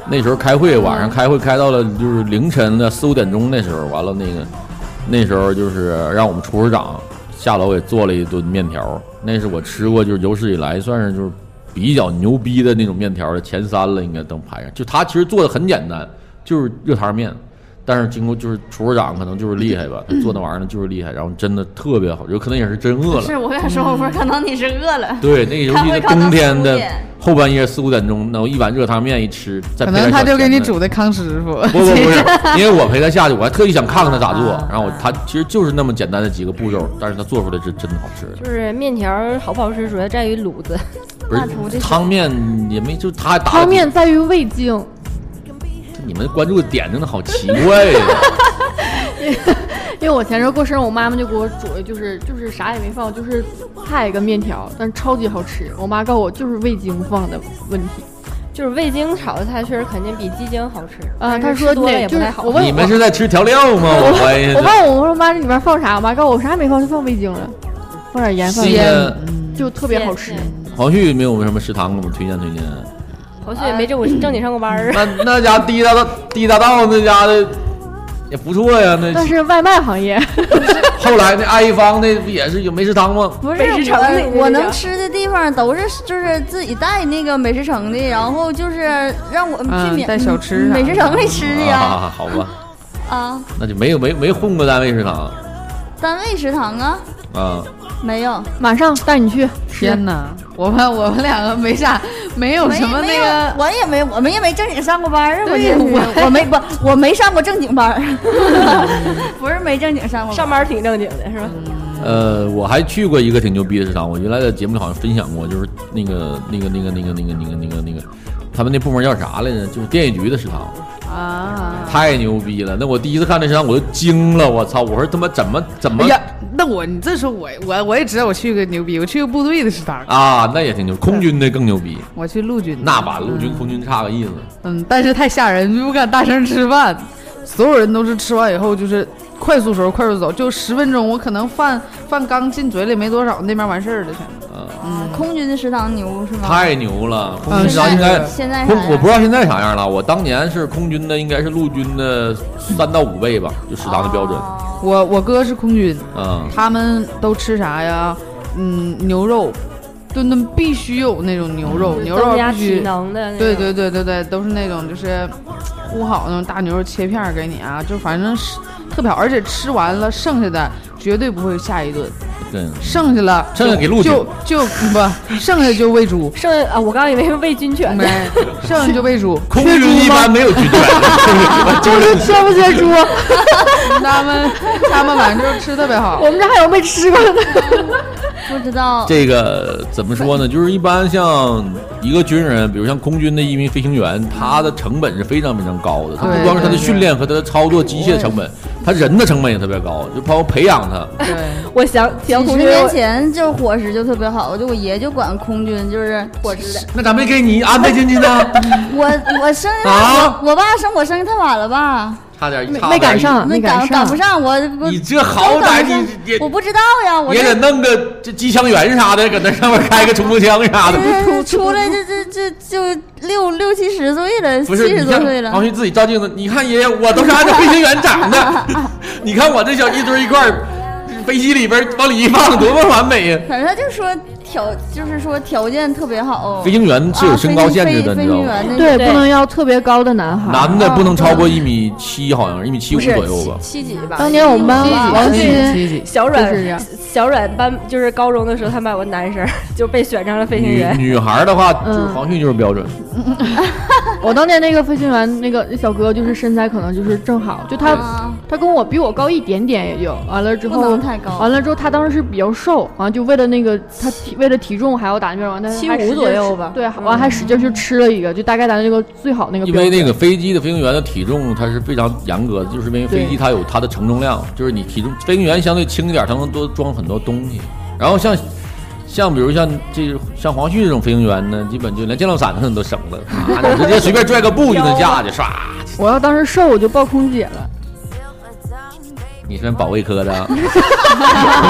那时候开会，晚上开会开到了就是凌晨的四五点钟那时候，完了那个那时候就是让我们厨师长下楼给做了一顿面条，那是我吃过就是有史以来算是就是比较牛逼的那种面条的前三了，应该能排上。就他其实做的很简单，就是热汤面。但是经过就是厨师长可能就是厉害吧，他做那玩意儿呢就是厉害，然后真的特别好，有可能也是真饿了。
是我想说，我说可能你是饿了。
[laughs] 对，那个尤
开
其
会
是
开到
冬天
4-5
的
点
后半夜四五点钟，那我一碗热汤面一吃，再
可
配点
能他
小
就给
咸
你
菜
煮的康师傅。
不不不是， [laughs] 因为我陪他下去，我还特意想看看他咋做。
啊
然后我他其实就是那么简单的几个步骤，但是他做出来是真好吃的。
就是面条好不好吃，主要在于卤子。
不是汤面也没，就他还打
汤面在于味精，
你们关注的点真的好奇怪呀！
因为我前阵过生日，我妈妈就给我煮的，就是就是啥也没放，就是菜跟面条，但超级好吃。我妈告诉我就是味精放的问题
就是味精炒的菜，确实肯定比鸡精好吃
啊。
但
她
是
说
吃多了
那
也
就
不
是
太
[laughs]
好。
我问
你们是在吃调料吗？我怀疑
我
是。
问我我说妈这里面放啥？我妈告诉我我啥也没放，就放味精了，放点盐，放点
那
盐
个，
就特别好吃。
黄旭有没有什么食堂给我们推荐推荐？
好像也没正我正经上过班儿
那那家滴答道滴答道那家的也不错呀，那
但是外卖行业
后来那爱一方那不也是有美食堂吗？
不是
美食城那个
我，我
地
能
方
吃的地方都是就是自己带那个美食城的，然后就是让我
嗯
去免
带小吃啥的
美食城里吃的呀
啊，好吧，
啊，
那就没有没没混过单位食堂
单位食堂啊
啊。
没有，
马上带你
[laughs]
去。
啊
[laughs]
天哪，我们我们两个没啥，没有
没
哦什么
没
那
有
个。
我也没我们也没正经上过班儿啊，我
对
也
我
我我没不我没上过正经
[laughs]
班儿，不是没正经上过
上班儿挺正经的是吧？
呃，我还去过一个挺牛逼的食堂，我原来在节目里好像分享过，就是那个那个那个那个那个那个那个那个，他们那部门叫啥来着？就是电影局的食堂，
啊！
太牛逼了！那我第一次看这食堂我都惊了，我操！我说他妈怎么怎么
哎呀，那我你这说我我我也知道我去个牛逼，我去个部队的食堂，
啊？那也挺牛，空军的更牛逼，
我去陆军的
那把陆军空军差个意思。
嗯，但是太吓人，不敢大声吃饭。所有人都是吃完以后就是快速手快速走，就十分钟，我可能饭饭刚进嘴里没多少，那边完事儿了全。
嗯，空军的食堂牛是
啊
吗？
太牛了！空
嗯
军食堂应该
现在
空
现在啥，样
我不知道现在啥样了。我当年是空军的，应该是陆军的三到五倍吧，就食堂的标准。
哦
我我哥是空军，
嗯，
他们都吃啥呀？嗯，牛肉，顿顿必须有那种牛肉，牛肉
增加
必须
体能的那种
对对对对对，都是那种就是烀好那种大牛肉切片儿给你啊，就反正是特别好，而且吃完了剩下的绝对不会下一顿，
对，
剩下了
剩下给陆军
就就不剩下就喂猪，
剩下啊，我刚以为是喂军犬
呢，剩下就喂猪，
[laughs] 空
缺猪
军一
吗
般没有军犬，
就是缺不缺
啊
猪？
他们他们反正就是吃特别好
我。们这还有没吃过的。
不知道
这个怎么说呢？就是一般像一个军人，比如像空军的一名飞行员，他的成本是非常非常高的。他
对
不光是他的
对对
训练和他的操作机械成本，他人的成本也特别高，就包括培养他。
[laughs] 我想想
几
同
十
学
年前就是伙食就特别好，我就我爷就管空军就是伙食的。
那咋没给你安排进去呢？
我我生日，
啊
我我爸生我生日太晚了吧？
[laughs] 差点
没
差点
没赶上，啊没
赶
上，
不上我，我
你这好歹你也
我不知道呀，我
也
这
得弄个这机枪员啥的，搁那上面开个冲锋枪啥的。
[laughs]
这出来这这这就六六七十岁了，
[laughs] 不
七
是，
十
你
多
看
岁了
王。旭自己照镜子，你看爷爷，我都是按照飞行员
[laughs]
长的。你看我这小一堆一块儿，飞机里边儿往里一放，多么完美呀！
反正他就说条，就是说条件特别好。
飞行员是有身高限制的，
啊飞
你知道
飞飞行
吗？
员那嗯
对，
对
不能要特别高的男孩。
男的不能超过一米七，好像一米七五
不是
左右吧。
七几吧
当年我们班王
对
鑫
小
就是这样
阮小阮班就是高中的时候，他们有个男生就被选上了飞行
女
员。
女孩儿的话，就
嗯
是黄旭就是标准。
我当年那个飞行员那个小哥，就是身材可能就是正好，就
嗯
他、他跟我比我高一点点也就完了之
啊不
后
能太
哦
高
完了之后他当时是比较瘦，完了就为了那个他体为了体重还要打那边完，他还
75
使劲
左右
吃
吧
对，完了还使劲去吃了一个，就大概咱那个最好那个
因
标
为
准。
那个飞机的飞行员的体重它是非常严格的，就是因为飞机
对
它有它的承重量，就是你体重飞行员相对轻一点，它能多装很多东西。然后像像比如像这像黄旭这种飞行员呢，基本就连降落伞他都省了，啊，
[laughs]
你直接随便拽个布就能下去，唰！
我要当时瘦我就报空姐了，
你是保卫科的 [laughs] 啊，空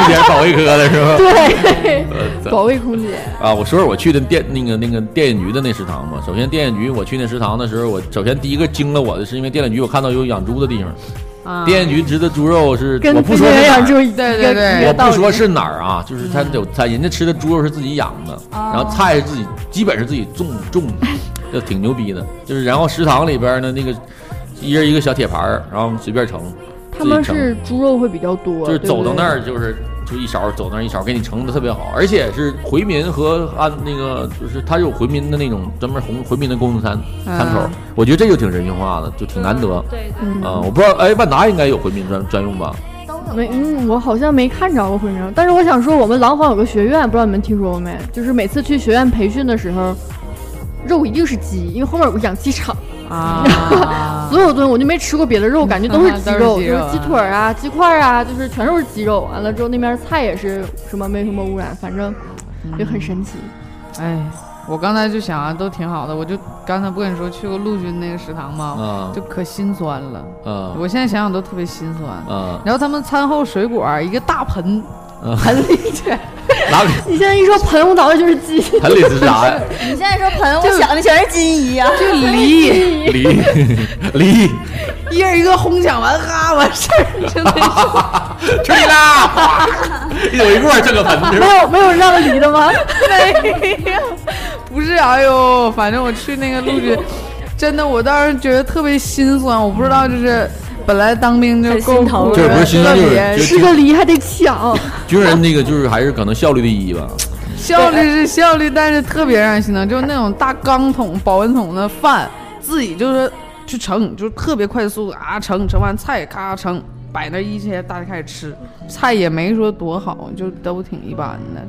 姐是保卫科的是吧？呃
对
我，操
[laughs] 保卫空姐。
啊，我说说我去的电那个那个电影局的那食堂吧。首先电影局我去那食堂的时候，我首先第一个惊了我的是因为电影局我看到有养猪的地方。
啊
电影局值的猪肉是，
跟
我不说是
飞行员
哪
养猪
儿
一
对
个
对对
我不说是哪儿啊，就是他有他人家吃的猪肉是自己养的，
哦
啊
然后菜是自己基本是自己种种的，这挺牛逼的。就是然后食堂里边呢，那个一人一个小铁盘儿，然后随便盛，
他
自己
们
盛。
是猪肉会比较多，
就是
对
走
不
到
对
那儿就是就一勺，走那儿一勺，给你盛的特别好，而且是回民和按那个就是它有回民的那种专门红回民的供应餐
嗯
餐口，我觉得这就挺人性化的，就挺难得。
对
嗯
啊，我不知道，哎，万达应该有回民专专用吧？
没，嗯，我好像没看着过回民。但是我想说，我们廊坊有个学院，不知道你们听说过没？就是每次去学院培训的时候，肉一定是鸡，因为后面有个养鸡场，
[laughs]
啊，
所有东西我就没吃过别的肉，感觉都是鸡
都
肉，
是鸡肉啊
就是鸡腿儿啊、鸡块儿啊，就是全都是鸡肉。完了之后，那边菜也是什么没什么污染，反正
嗯
就很神奇。
哎，我刚才就想啊，都挺好的。我就刚才不跟你说去过陆军那个食堂吗
啊？
就可心酸了。
啊
我现在想想都特别心酸。
啊，
然后他们餐后水果儿一个大盆，
啊
盆里
[laughs]
全
拿
你现在一说盆，我脑袋就是鸡。
盆里是
[laughs]
啥呀？
你现在说盆，我想的全是金姨呀，
就梨，
梨梨，
一人一个哄抢完，哈完事儿，真的是
出去啦！ [laughs] 一走一过这个盆是
没
吧？
有没有让梨的吗？
没有，不是，哎呦，反正我去那个陆军，真的，我当时觉得特别心酸。我不知道，就是本来当兵就
很
够
心疼
苦
就是不是
了
心酸就是
特别
就是
吃个梨还得抢，
军人那个就是还是可能效率第一吧。
效率是效率，但是特别让人心疼，就是那种大钢桶、保温桶的饭，自己就是去盛，就是特别快速啊盛，盛完菜咔盛，摆那一些大家开始吃，菜也没说多好，就都挺一般的。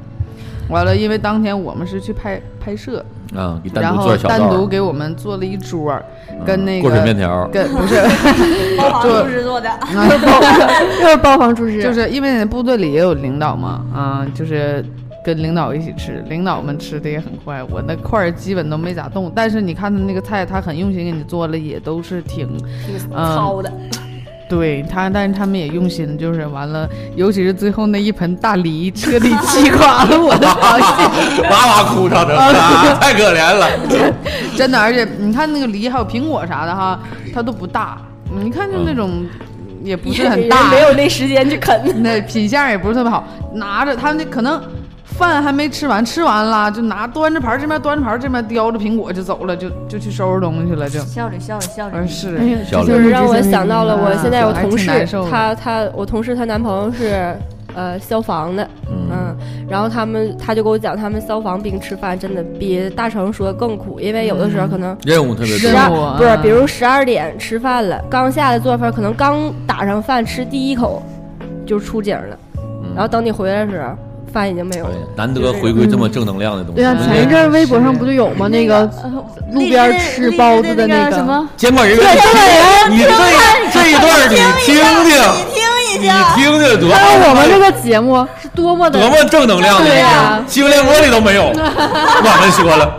完了，因为当天我们是去拍拍摄，
啊，给单
然
独
后
做小
单
道
独
儿，嗯
给我们做了一桌儿，跟那个
过水面条儿，
跟
[laughs]
不是，
包房
就
录制作的。
又是包房厨师，
就是因为部队里也有领导嘛，啊，就是跟领导一起吃，领导们吃的也很快，我那块儿基本都没咋动。但是你看他那个菜，他很用心给你做了，也都是挺，
[laughs]
嗯
嗯
糙的，
对他，但是他们也用心，就是完了，尤其是最后那一盆大梨，彻底击垮了我的防线。
哇哇哭上这，啊 [laughs] 太可怜了。
真的，而且你看那个梨还有苹果啥的哈，它都不大，你看
嗯
就那种。也不是很大，
没有那时间去啃。
那品相也不是特别好，拿着他们那可能饭还没吃完，吃完了就拿端着盘儿这边端着盘儿这边叼着苹果就走了，就就去收拾东西了，就
笑着笑着笑着
而，是
哎呀，
小
这
刘
就是
让我想到了，我现在有
还
同
挺难
事
受，的
她她我同事她男朋友是呃消防的，嗯，然后他们他就给我讲，他们消防兵吃饭真的比大成说更苦，因为有的时候可能
任务特别
是
多
十。二
任务啊
不是，比如十二点吃饭了，刚下来做饭，可能刚打上饭吃第一口就出警了，
嗯
然后等你回来的时候，饭已经没有了。
对，难得回归这么正能量的东西。嗯
对呀、啊
我们
前一阵儿微博上不就有吗？那个路
呃
边吃包子的
那
个
什么，
监管人员，你这这一段儿你听听，
听一
你
下，
听听多啊
还哦有我们这个节目是多么
[laughs]
的
多么正能量的
对
一
呀
个，新闻联播里都没有。我们说了，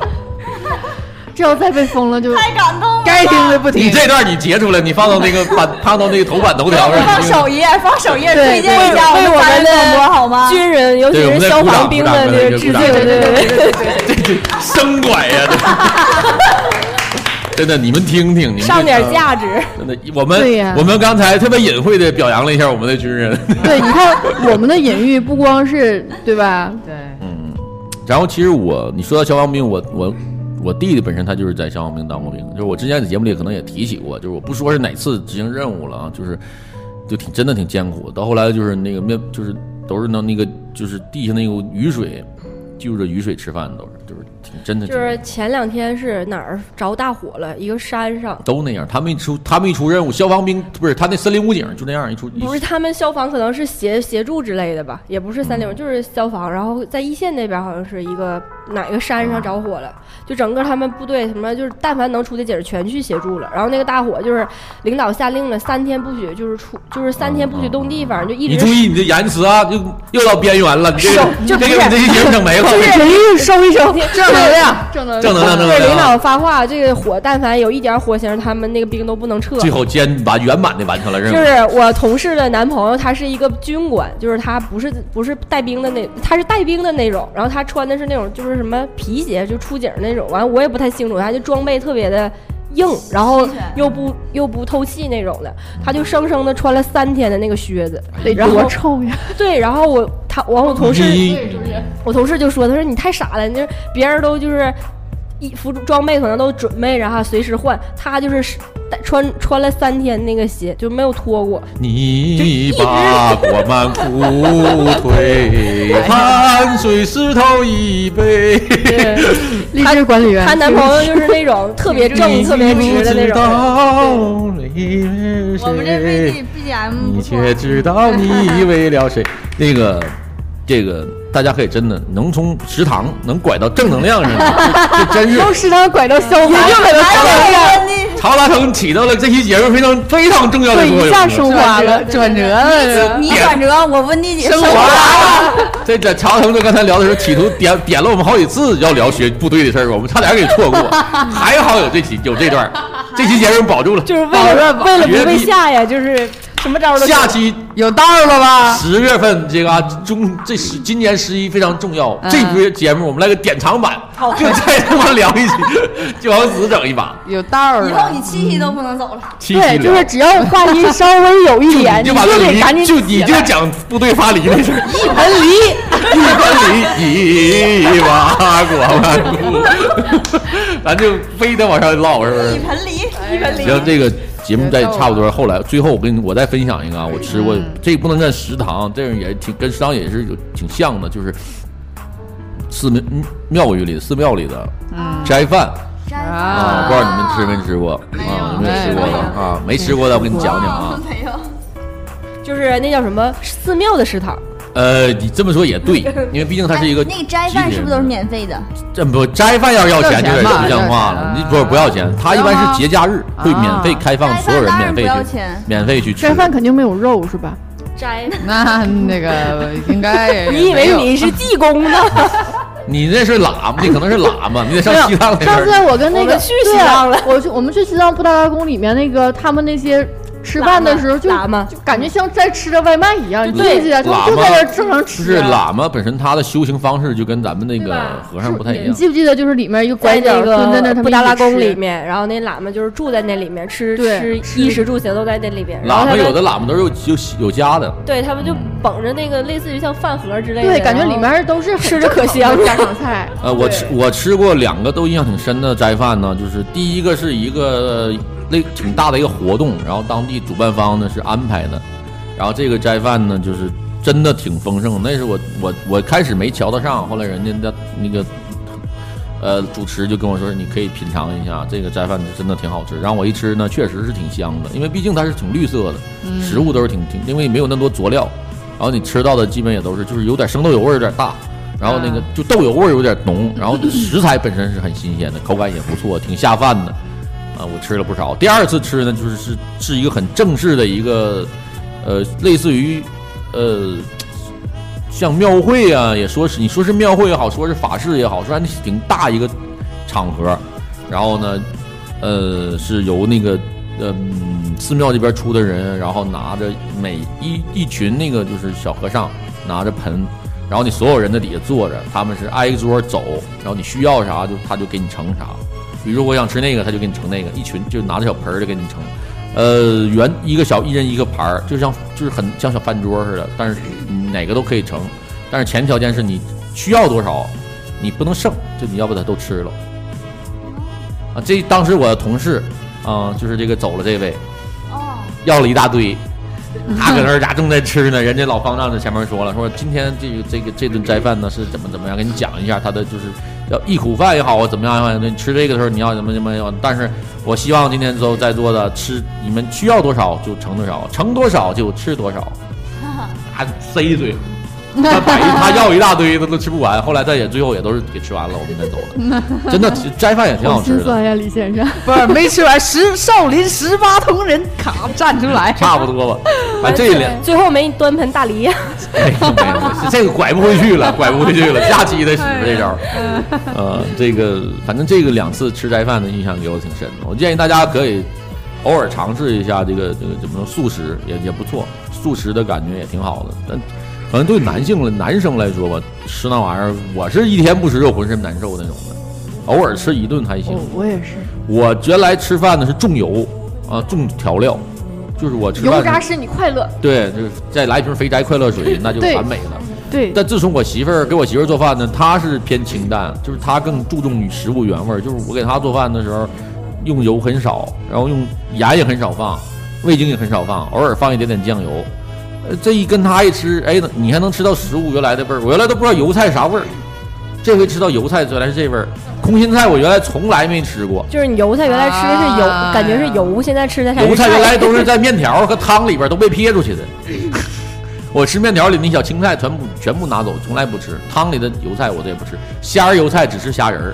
这要再被封了就
太感动了。
该
爱听的不听。
你这段你截出来，你放到那个版，放到那个头版头条上。
放首页，放首页推荐一下
为
我
我
白
们
人广播
的
好吗？
军人，尤其
对我们
是
在
消
鼓
防
掌
兵
鼓掌
的
鼓掌
这个致
鼓
敬，
掌
对对对对
这
对。
这生拐呀、这真的，你们听听，你们
上点价
值。
值，
真的，我们
对呀
我们刚才特别隐晦的表扬了一下我们的军人，
对，你看我们的隐喻不光是对吧？对，
然后其实我，你说到消防兵，我我我弟弟本身他就是在消防兵当过兵，就是我之前在节目里可能也提起过，就是我不说是哪次执行任务了啊，就是就挺真的挺艰苦，到后来就是那个面就是都是那那个就是地下那个雨水，就着雨水吃饭都是，就是挺真的
就
挺
是前两天是哪儿着大火了，一个山上，
都那样。他们一出他们一出任务，消防兵不是他那森林武警就那样一出，一
不是他们消防，可能是协协助之类的吧，也不是三
嗯
流，就是消防。然后在一线那边好像是一个哪个山上着火了，就整个他们部队什么就是但凡能出的警全去协助了。然后那个大火就是领导下令了，三天不许就是出，就是三天不许动地方，就一
哦你
直
注意你的言辞啊，就又到边缘了，你这个
就
这
不
个
是
给你这期节目整没了。
就是收
[laughs]
一收，
正能量
正能
正能量正能量
对领导发话，这个火但凡有一点火星，他们那个兵都不能撤。
最后兼完圆满的完成了任务，
就是我同事的男朋友，他是一个军官，就是他不是不是带兵的那，他是带兵的那种，然后他穿的是那种就是什么皮鞋，就出警那种。完了我也不太清楚，他就装备特别的硬，然后又不又不透气那种的，他就生生的穿了三天的那个靴子，
得
然后
多臭呀！
对，然后我他完我同事
你
我同事就说：“他说你太傻了，你这别人都就是衣服装备可能都准备着哈，随时换，他就是是带穿穿了三天那个鞋就没有脱过。
你把我们苦
[laughs]
推，汗水湿透衣
[laughs]
背。
励志管理员，
她男朋友就是
[laughs]
那种特别正、特别直的那种。
种。
我们这 B G B G
嗯
M
你却知道你为了
[laughs]
谁？那个，这个大家可以真的能从食堂能拐到正能量上
[laughs]
去，这真是
从食堂
嗯
拐到消防，又拐到消防，
曹达成起到了这期节目非常非常重要的
对，
作
一下
用。
升华了，
转折
了
你转折，我问你姐
升
华
这这曹达成在刚才聊的时候，企图点点了我们好几次要聊学部队的事儿，我们差点给错
[laughs]
过。还好有这期有这段儿，这期节目保住了，
就是为了为了不被吓呀，就是什么招儿都
下期
有道了吧？
十月份这个啊中这十今年十一非常重要，
嗯
这个节目我们来个典藏版，就再他妈聊一期，就往死整一把。
有道
以后你七夕都不能走了。
七夕
对，
聊
就是只要话题
[laughs]
稍微有一点，
你
你
就把这
得赶
离
紧
就你就讲部队发离那事儿，
一盆梨，
一分离一把果满谷，咱就非得往上唠是不是
一？盆梨，一盆梨。
行，这个节目在差不多，后来最后我跟你我再分享一个啊，我吃过、这不能算食堂，这样也挺跟食堂也是有挺像的，就是寺庙庙宇里寺庙里的斋饭。啊，我不知道你们吃没吃过啊？有没有吃过的啊？没吃过的，我给你讲讲啊。
哦没有。
[laughs] 就是那叫什么寺庙的食堂，
呃，你这么说也对，因为毕竟它
哎
是一个
那个斋饭是不是都是免费的？
这不斋饭要是要钱就有点
要钱吧
不像话了，你不不要钱，它一般是节假日会免费开放，所有人
斋饭当然
免费
不要
去
钱
免费去吃
斋。饭肯定没有肉是吧？
斋。
那那个应
哎
该
你以为你
[laughs]
是济公呢？
你那是喇嘛，你可能是喇嘛，你得上西藏那边
上
儿
次
去。
我跟那
我
个
们去西藏了
对啊我去我们去西藏布达拉宫里面那个他们那些。吃饭的时候就
喇嘛
就感觉像在吃着外卖一样，你
对
记不记得？就
喇
就
嘛
在这正常吃
就
啊。
是喇嘛本身他的修行方式就跟咱们那
对
个
吧
和尚不太一
你
样。
记不记得就是里面一个拐
在
角
那
蹲 [laughs] 在那儿，
个
他们
布达
一起
拉宫
吃
里面，然后那喇嘛就是住在那里面，吃
对
吃衣食住行都在那里面。然后
喇
他
嘛
们
有的喇嘛都是有有有家的，
对他们就捧着那个类似于像饭盒之类的，
对，感觉
然后
里面都是很
吃着可
正常
香
的家常
[laughs]
菜。
呃，我吃我吃过两个都印象挺深的斋饭呢，就是第一个是一个呃那挺大的一个活动，然后当地主办方呢是安排的，然后这个斋饭呢就是真的挺丰盛，那是我我我开始没瞧得上，后来人家的那个呃主持就跟我说你可以品尝一下这个斋饭真的挺好吃，然后我一吃呢确实是挺香的，因为毕竟它是挺绿色的，食物都是挺挺，因为没有那么多佐料，然后你吃到的基本也都是就是有点生豆油味儿有点大，然后那个就豆油味儿有点浓，然后食材本身是很新鲜的，口感也不错，挺下饭的。啊，我吃了不少。第二次吃呢，就是是是一个很正式的一个，呃，类似于，呃，像庙会啊，也说是你说是庙会也好，说是法事也好，说还挺大一个场合。然后呢，呃，是由那个嗯寺庙这边出的人，然后拿着每一一群那个就是小和尚拿着盆，然后你所有人在底下坐着，他们是挨桌走，然后你需要啥就他就给你盛啥，比如我想吃那个，他就给你盛那个，一群就拿着小盆儿就给你盛。呃，原一个小一人一个盘儿，就像就是很像小饭桌似的，但是哪个都可以盛，但是前提条件是你需要多少，你不能剩，就你要把它都吃了。啊，这当时我的同事，啊、就是这个走了这位，
哦
要了一大堆，他搁那儿家正在吃呢，人家老方丈在前面说了，说今天这个这个这顿斋饭呢是怎么怎么样，给你讲一下他的就是要忆苦饭也好啊，怎么样也好，你吃这个的时候你要怎么怎么样，但是我希望今天之后在座的吃你们需要多少就盛多少，盛多少就吃多
[laughs]
少，啊，塞一嘴。他摆一他要一大堆，他都吃不完。后来他也最后也都是给吃完了，我们才走了。
[laughs]
真的，其实斋饭也挺好吃
心
的。
酸呀，李先
[laughs]
生。
不是没吃完，十少林十八铜人卡站出来。
[laughs] 差不多
[laughs]
吧。啊，这两
最后没端盆大梨，
[laughs] 哎呦没有，没有这个拐不回去了， [laughs] 拐不回去了，下期再使这招。
嗯
呃，这个反正这个两次吃斋饭的印象给我挺深的。我建议大家可以偶尔尝试一下这个这个怎么说素食也也不错，素食的感觉也挺好的。但可能对男性了男生来说吧，吃那玩意儿，我是一天不吃肉浑身难受那种的，偶尔吃一顿还行。
我也是，
我原来吃饭呢是重油啊，重调料，就是我吃
油
饭
炸
是
使你快乐。
对，就是再来一瓶肥宅快乐
[laughs]
水，那就
对
完美了。 [laughs]
对，
但自从我媳妇儿给我媳妇儿做饭呢，她是偏清淡，就是她更注重于食物原味儿。就是我给她做饭的时候，用油很少，然后用盐也很少放，味精也很少放，偶尔放一点点酱油。呃，这一跟她一吃，哎，你还能吃到食物原来的味儿。我原来都不知道油菜啥味儿，这回吃到油菜原来是这味儿。空心菜我原来从来没吃过，
就是你油菜原来吃的是油，
啊
感觉是油，现在吃 [laughs] 的才是
油菜原来都是在面条和汤里边都被撇出去的。我吃面条里那小青菜全部全部拿走，从来不吃。汤里的油菜我都也不吃，虾仁油菜只吃虾仁儿。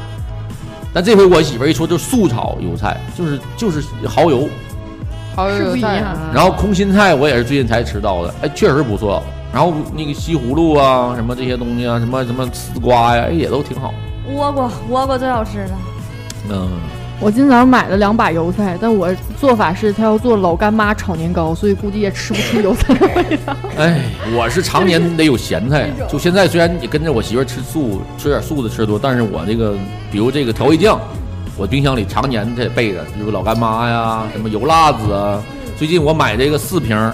但这回我媳妇儿一说，就素炒油菜，就是就是蚝油。
好
是不
有
一
菜
样
啊
然后空心菜我也是最近才吃到的，哎，确实不错。然后那个西葫芦啊，什么这些东西啊，什么什么丝瓜呀、哎也都挺好。
倭瓜，倭瓜最好吃了。
嗯，
我今早上买了两把油菜，但我做法是他要做老干妈炒年糕，所以估计也吃不出油菜的味道。
哎，我是常年得有咸菜。就现在虽然你跟着我媳妇儿吃素，吃点素的吃多，但是我这个比如这个调味酱，我冰箱里常年得备着，比如老干妈呀，什么油辣子啊。最近我买这个四瓶儿，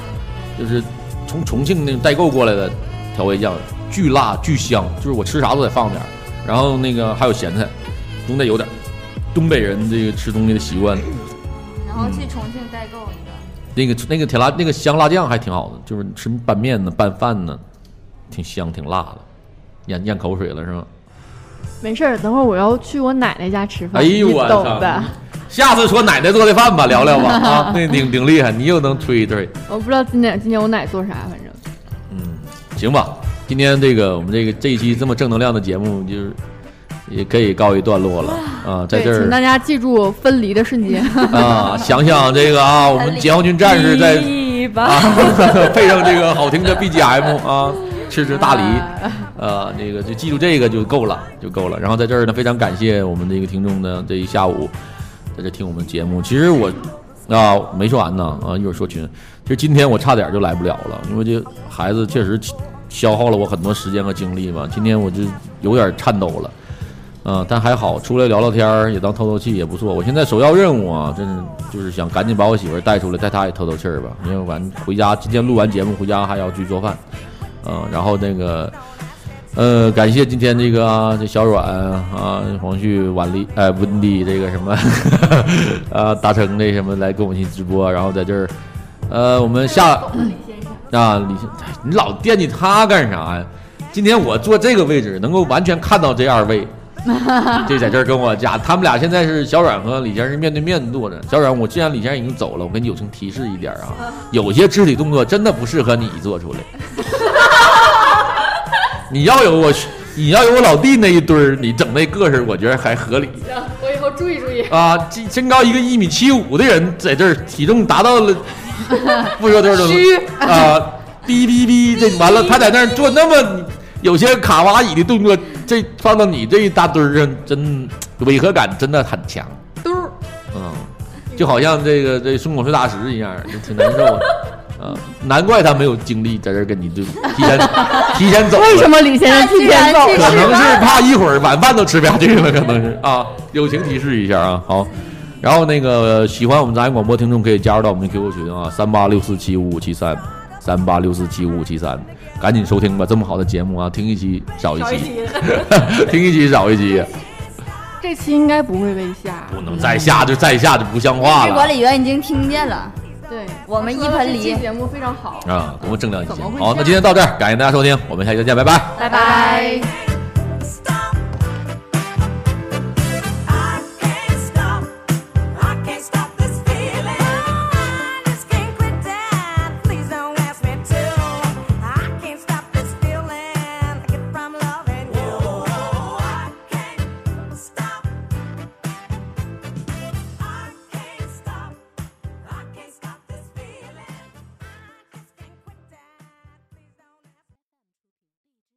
就是从重庆那代购过来的调味酱，巨辣巨香，就是我吃啥都得放点儿。然后那个还有咸菜，总得有点儿。东北人这个吃东西的习惯，
然后去重庆代购一个，
那个那个甜辣那个香辣酱还挺好的，就是吃拌面呢、拌饭呢，挺香挺辣的，咽咽口水了是吗？
没事儿，等会儿我要去我奶奶家吃饭，
哎呦
你
我
懂
操
的。
下次说奶奶做的饭吧，聊聊吧
[laughs]
啊，那挺挺厉害，你又能吹一吹，
我不知道今年今年我奶做啥，反正
行吧？今天这个我们这个这一期这么正能量的节目，就是也可以告一段落了啊，在
对，
这
请大
儿
家记住分离的瞬
[laughs]
间。 [laughs]
啊，想想这个啊，我们解放军战士在啊， [laughs] 配上这个好听的 BGM 啊，吃吃大梨，呃，那个就记住这个就够了，就够了。然后在这儿呢，非常感谢我们这个听众呢，这一下午在这听我们节目。其实我啊没说完呢啊，一会儿说群。其实今天我差点就来不了了，因为这孩子确实消耗了我很多时间和精力嘛。今天我就有点颤抖了。嗯，但还好，出来聊聊天儿，也当透透气，也不错。我现在首要任务啊，真是就是想赶紧把我媳妇儿带出来，带她也透透气儿吧，因为完回家今天录完节目回家还要去做饭，嗯，然后那个，呃，感谢今天这个、啊、这小阮啊、黄旭、婉丽、呃温迪这个什么， [laughs] 啊达成这什么来跟我一起直播，然后在这儿，呃，我们下。啊，李先，哎你老惦记他干啥呀？今天我坐这个位置，能够完全看到这二位， [laughs] 这在这儿跟我讲，他们俩现在是小阮和李先生是面对面坐着。小阮，我既然李先生已经走了，我给你友情提示一点啊，
嗯
有些肢体动作真的不适合你做出
[laughs]
来。你要有我，你要有我老弟那一堆儿，你整那个式儿，我觉得还合理。
行，我以后注意注意。
啊，这身高一个一米七五的人在这儿，体重达到了，不说多少多少
虚
啊，哔哔哔，这完了，他在那儿做那么有些卡哇伊的动作，这放到你这一大堆儿上，真违和感真的很强。
嘟儿，
嗯，就好像这个这胸口碎大石一样，就挺难受的。 [laughs] 啊，难怪他没有精力在这儿跟你对提前提前走了。
为什么李先生提前走了
可能是怕一会儿晚饭都吃不下去了，可能是啊。友情提示一下啊，好。然后那个喜欢我们杂音广播听众可以加入到我们的 QQ 群啊，三八六四七五五七三，三八六四七五五七三，赶紧收听吧，这么好的节目啊，听一期少一
少一
期
期，
[laughs] 听一期少一期，
这期应该不会被下，
不能再下就再下就不像话
这管
了
理员已经听见了，
对
我们一
说
盆
这
梨
期。节目非常好，
啊，给我们正量一些
怎么。会
好，
这
那今天到这儿，感谢大家收听，我们下期再见，拜拜。
拜拜。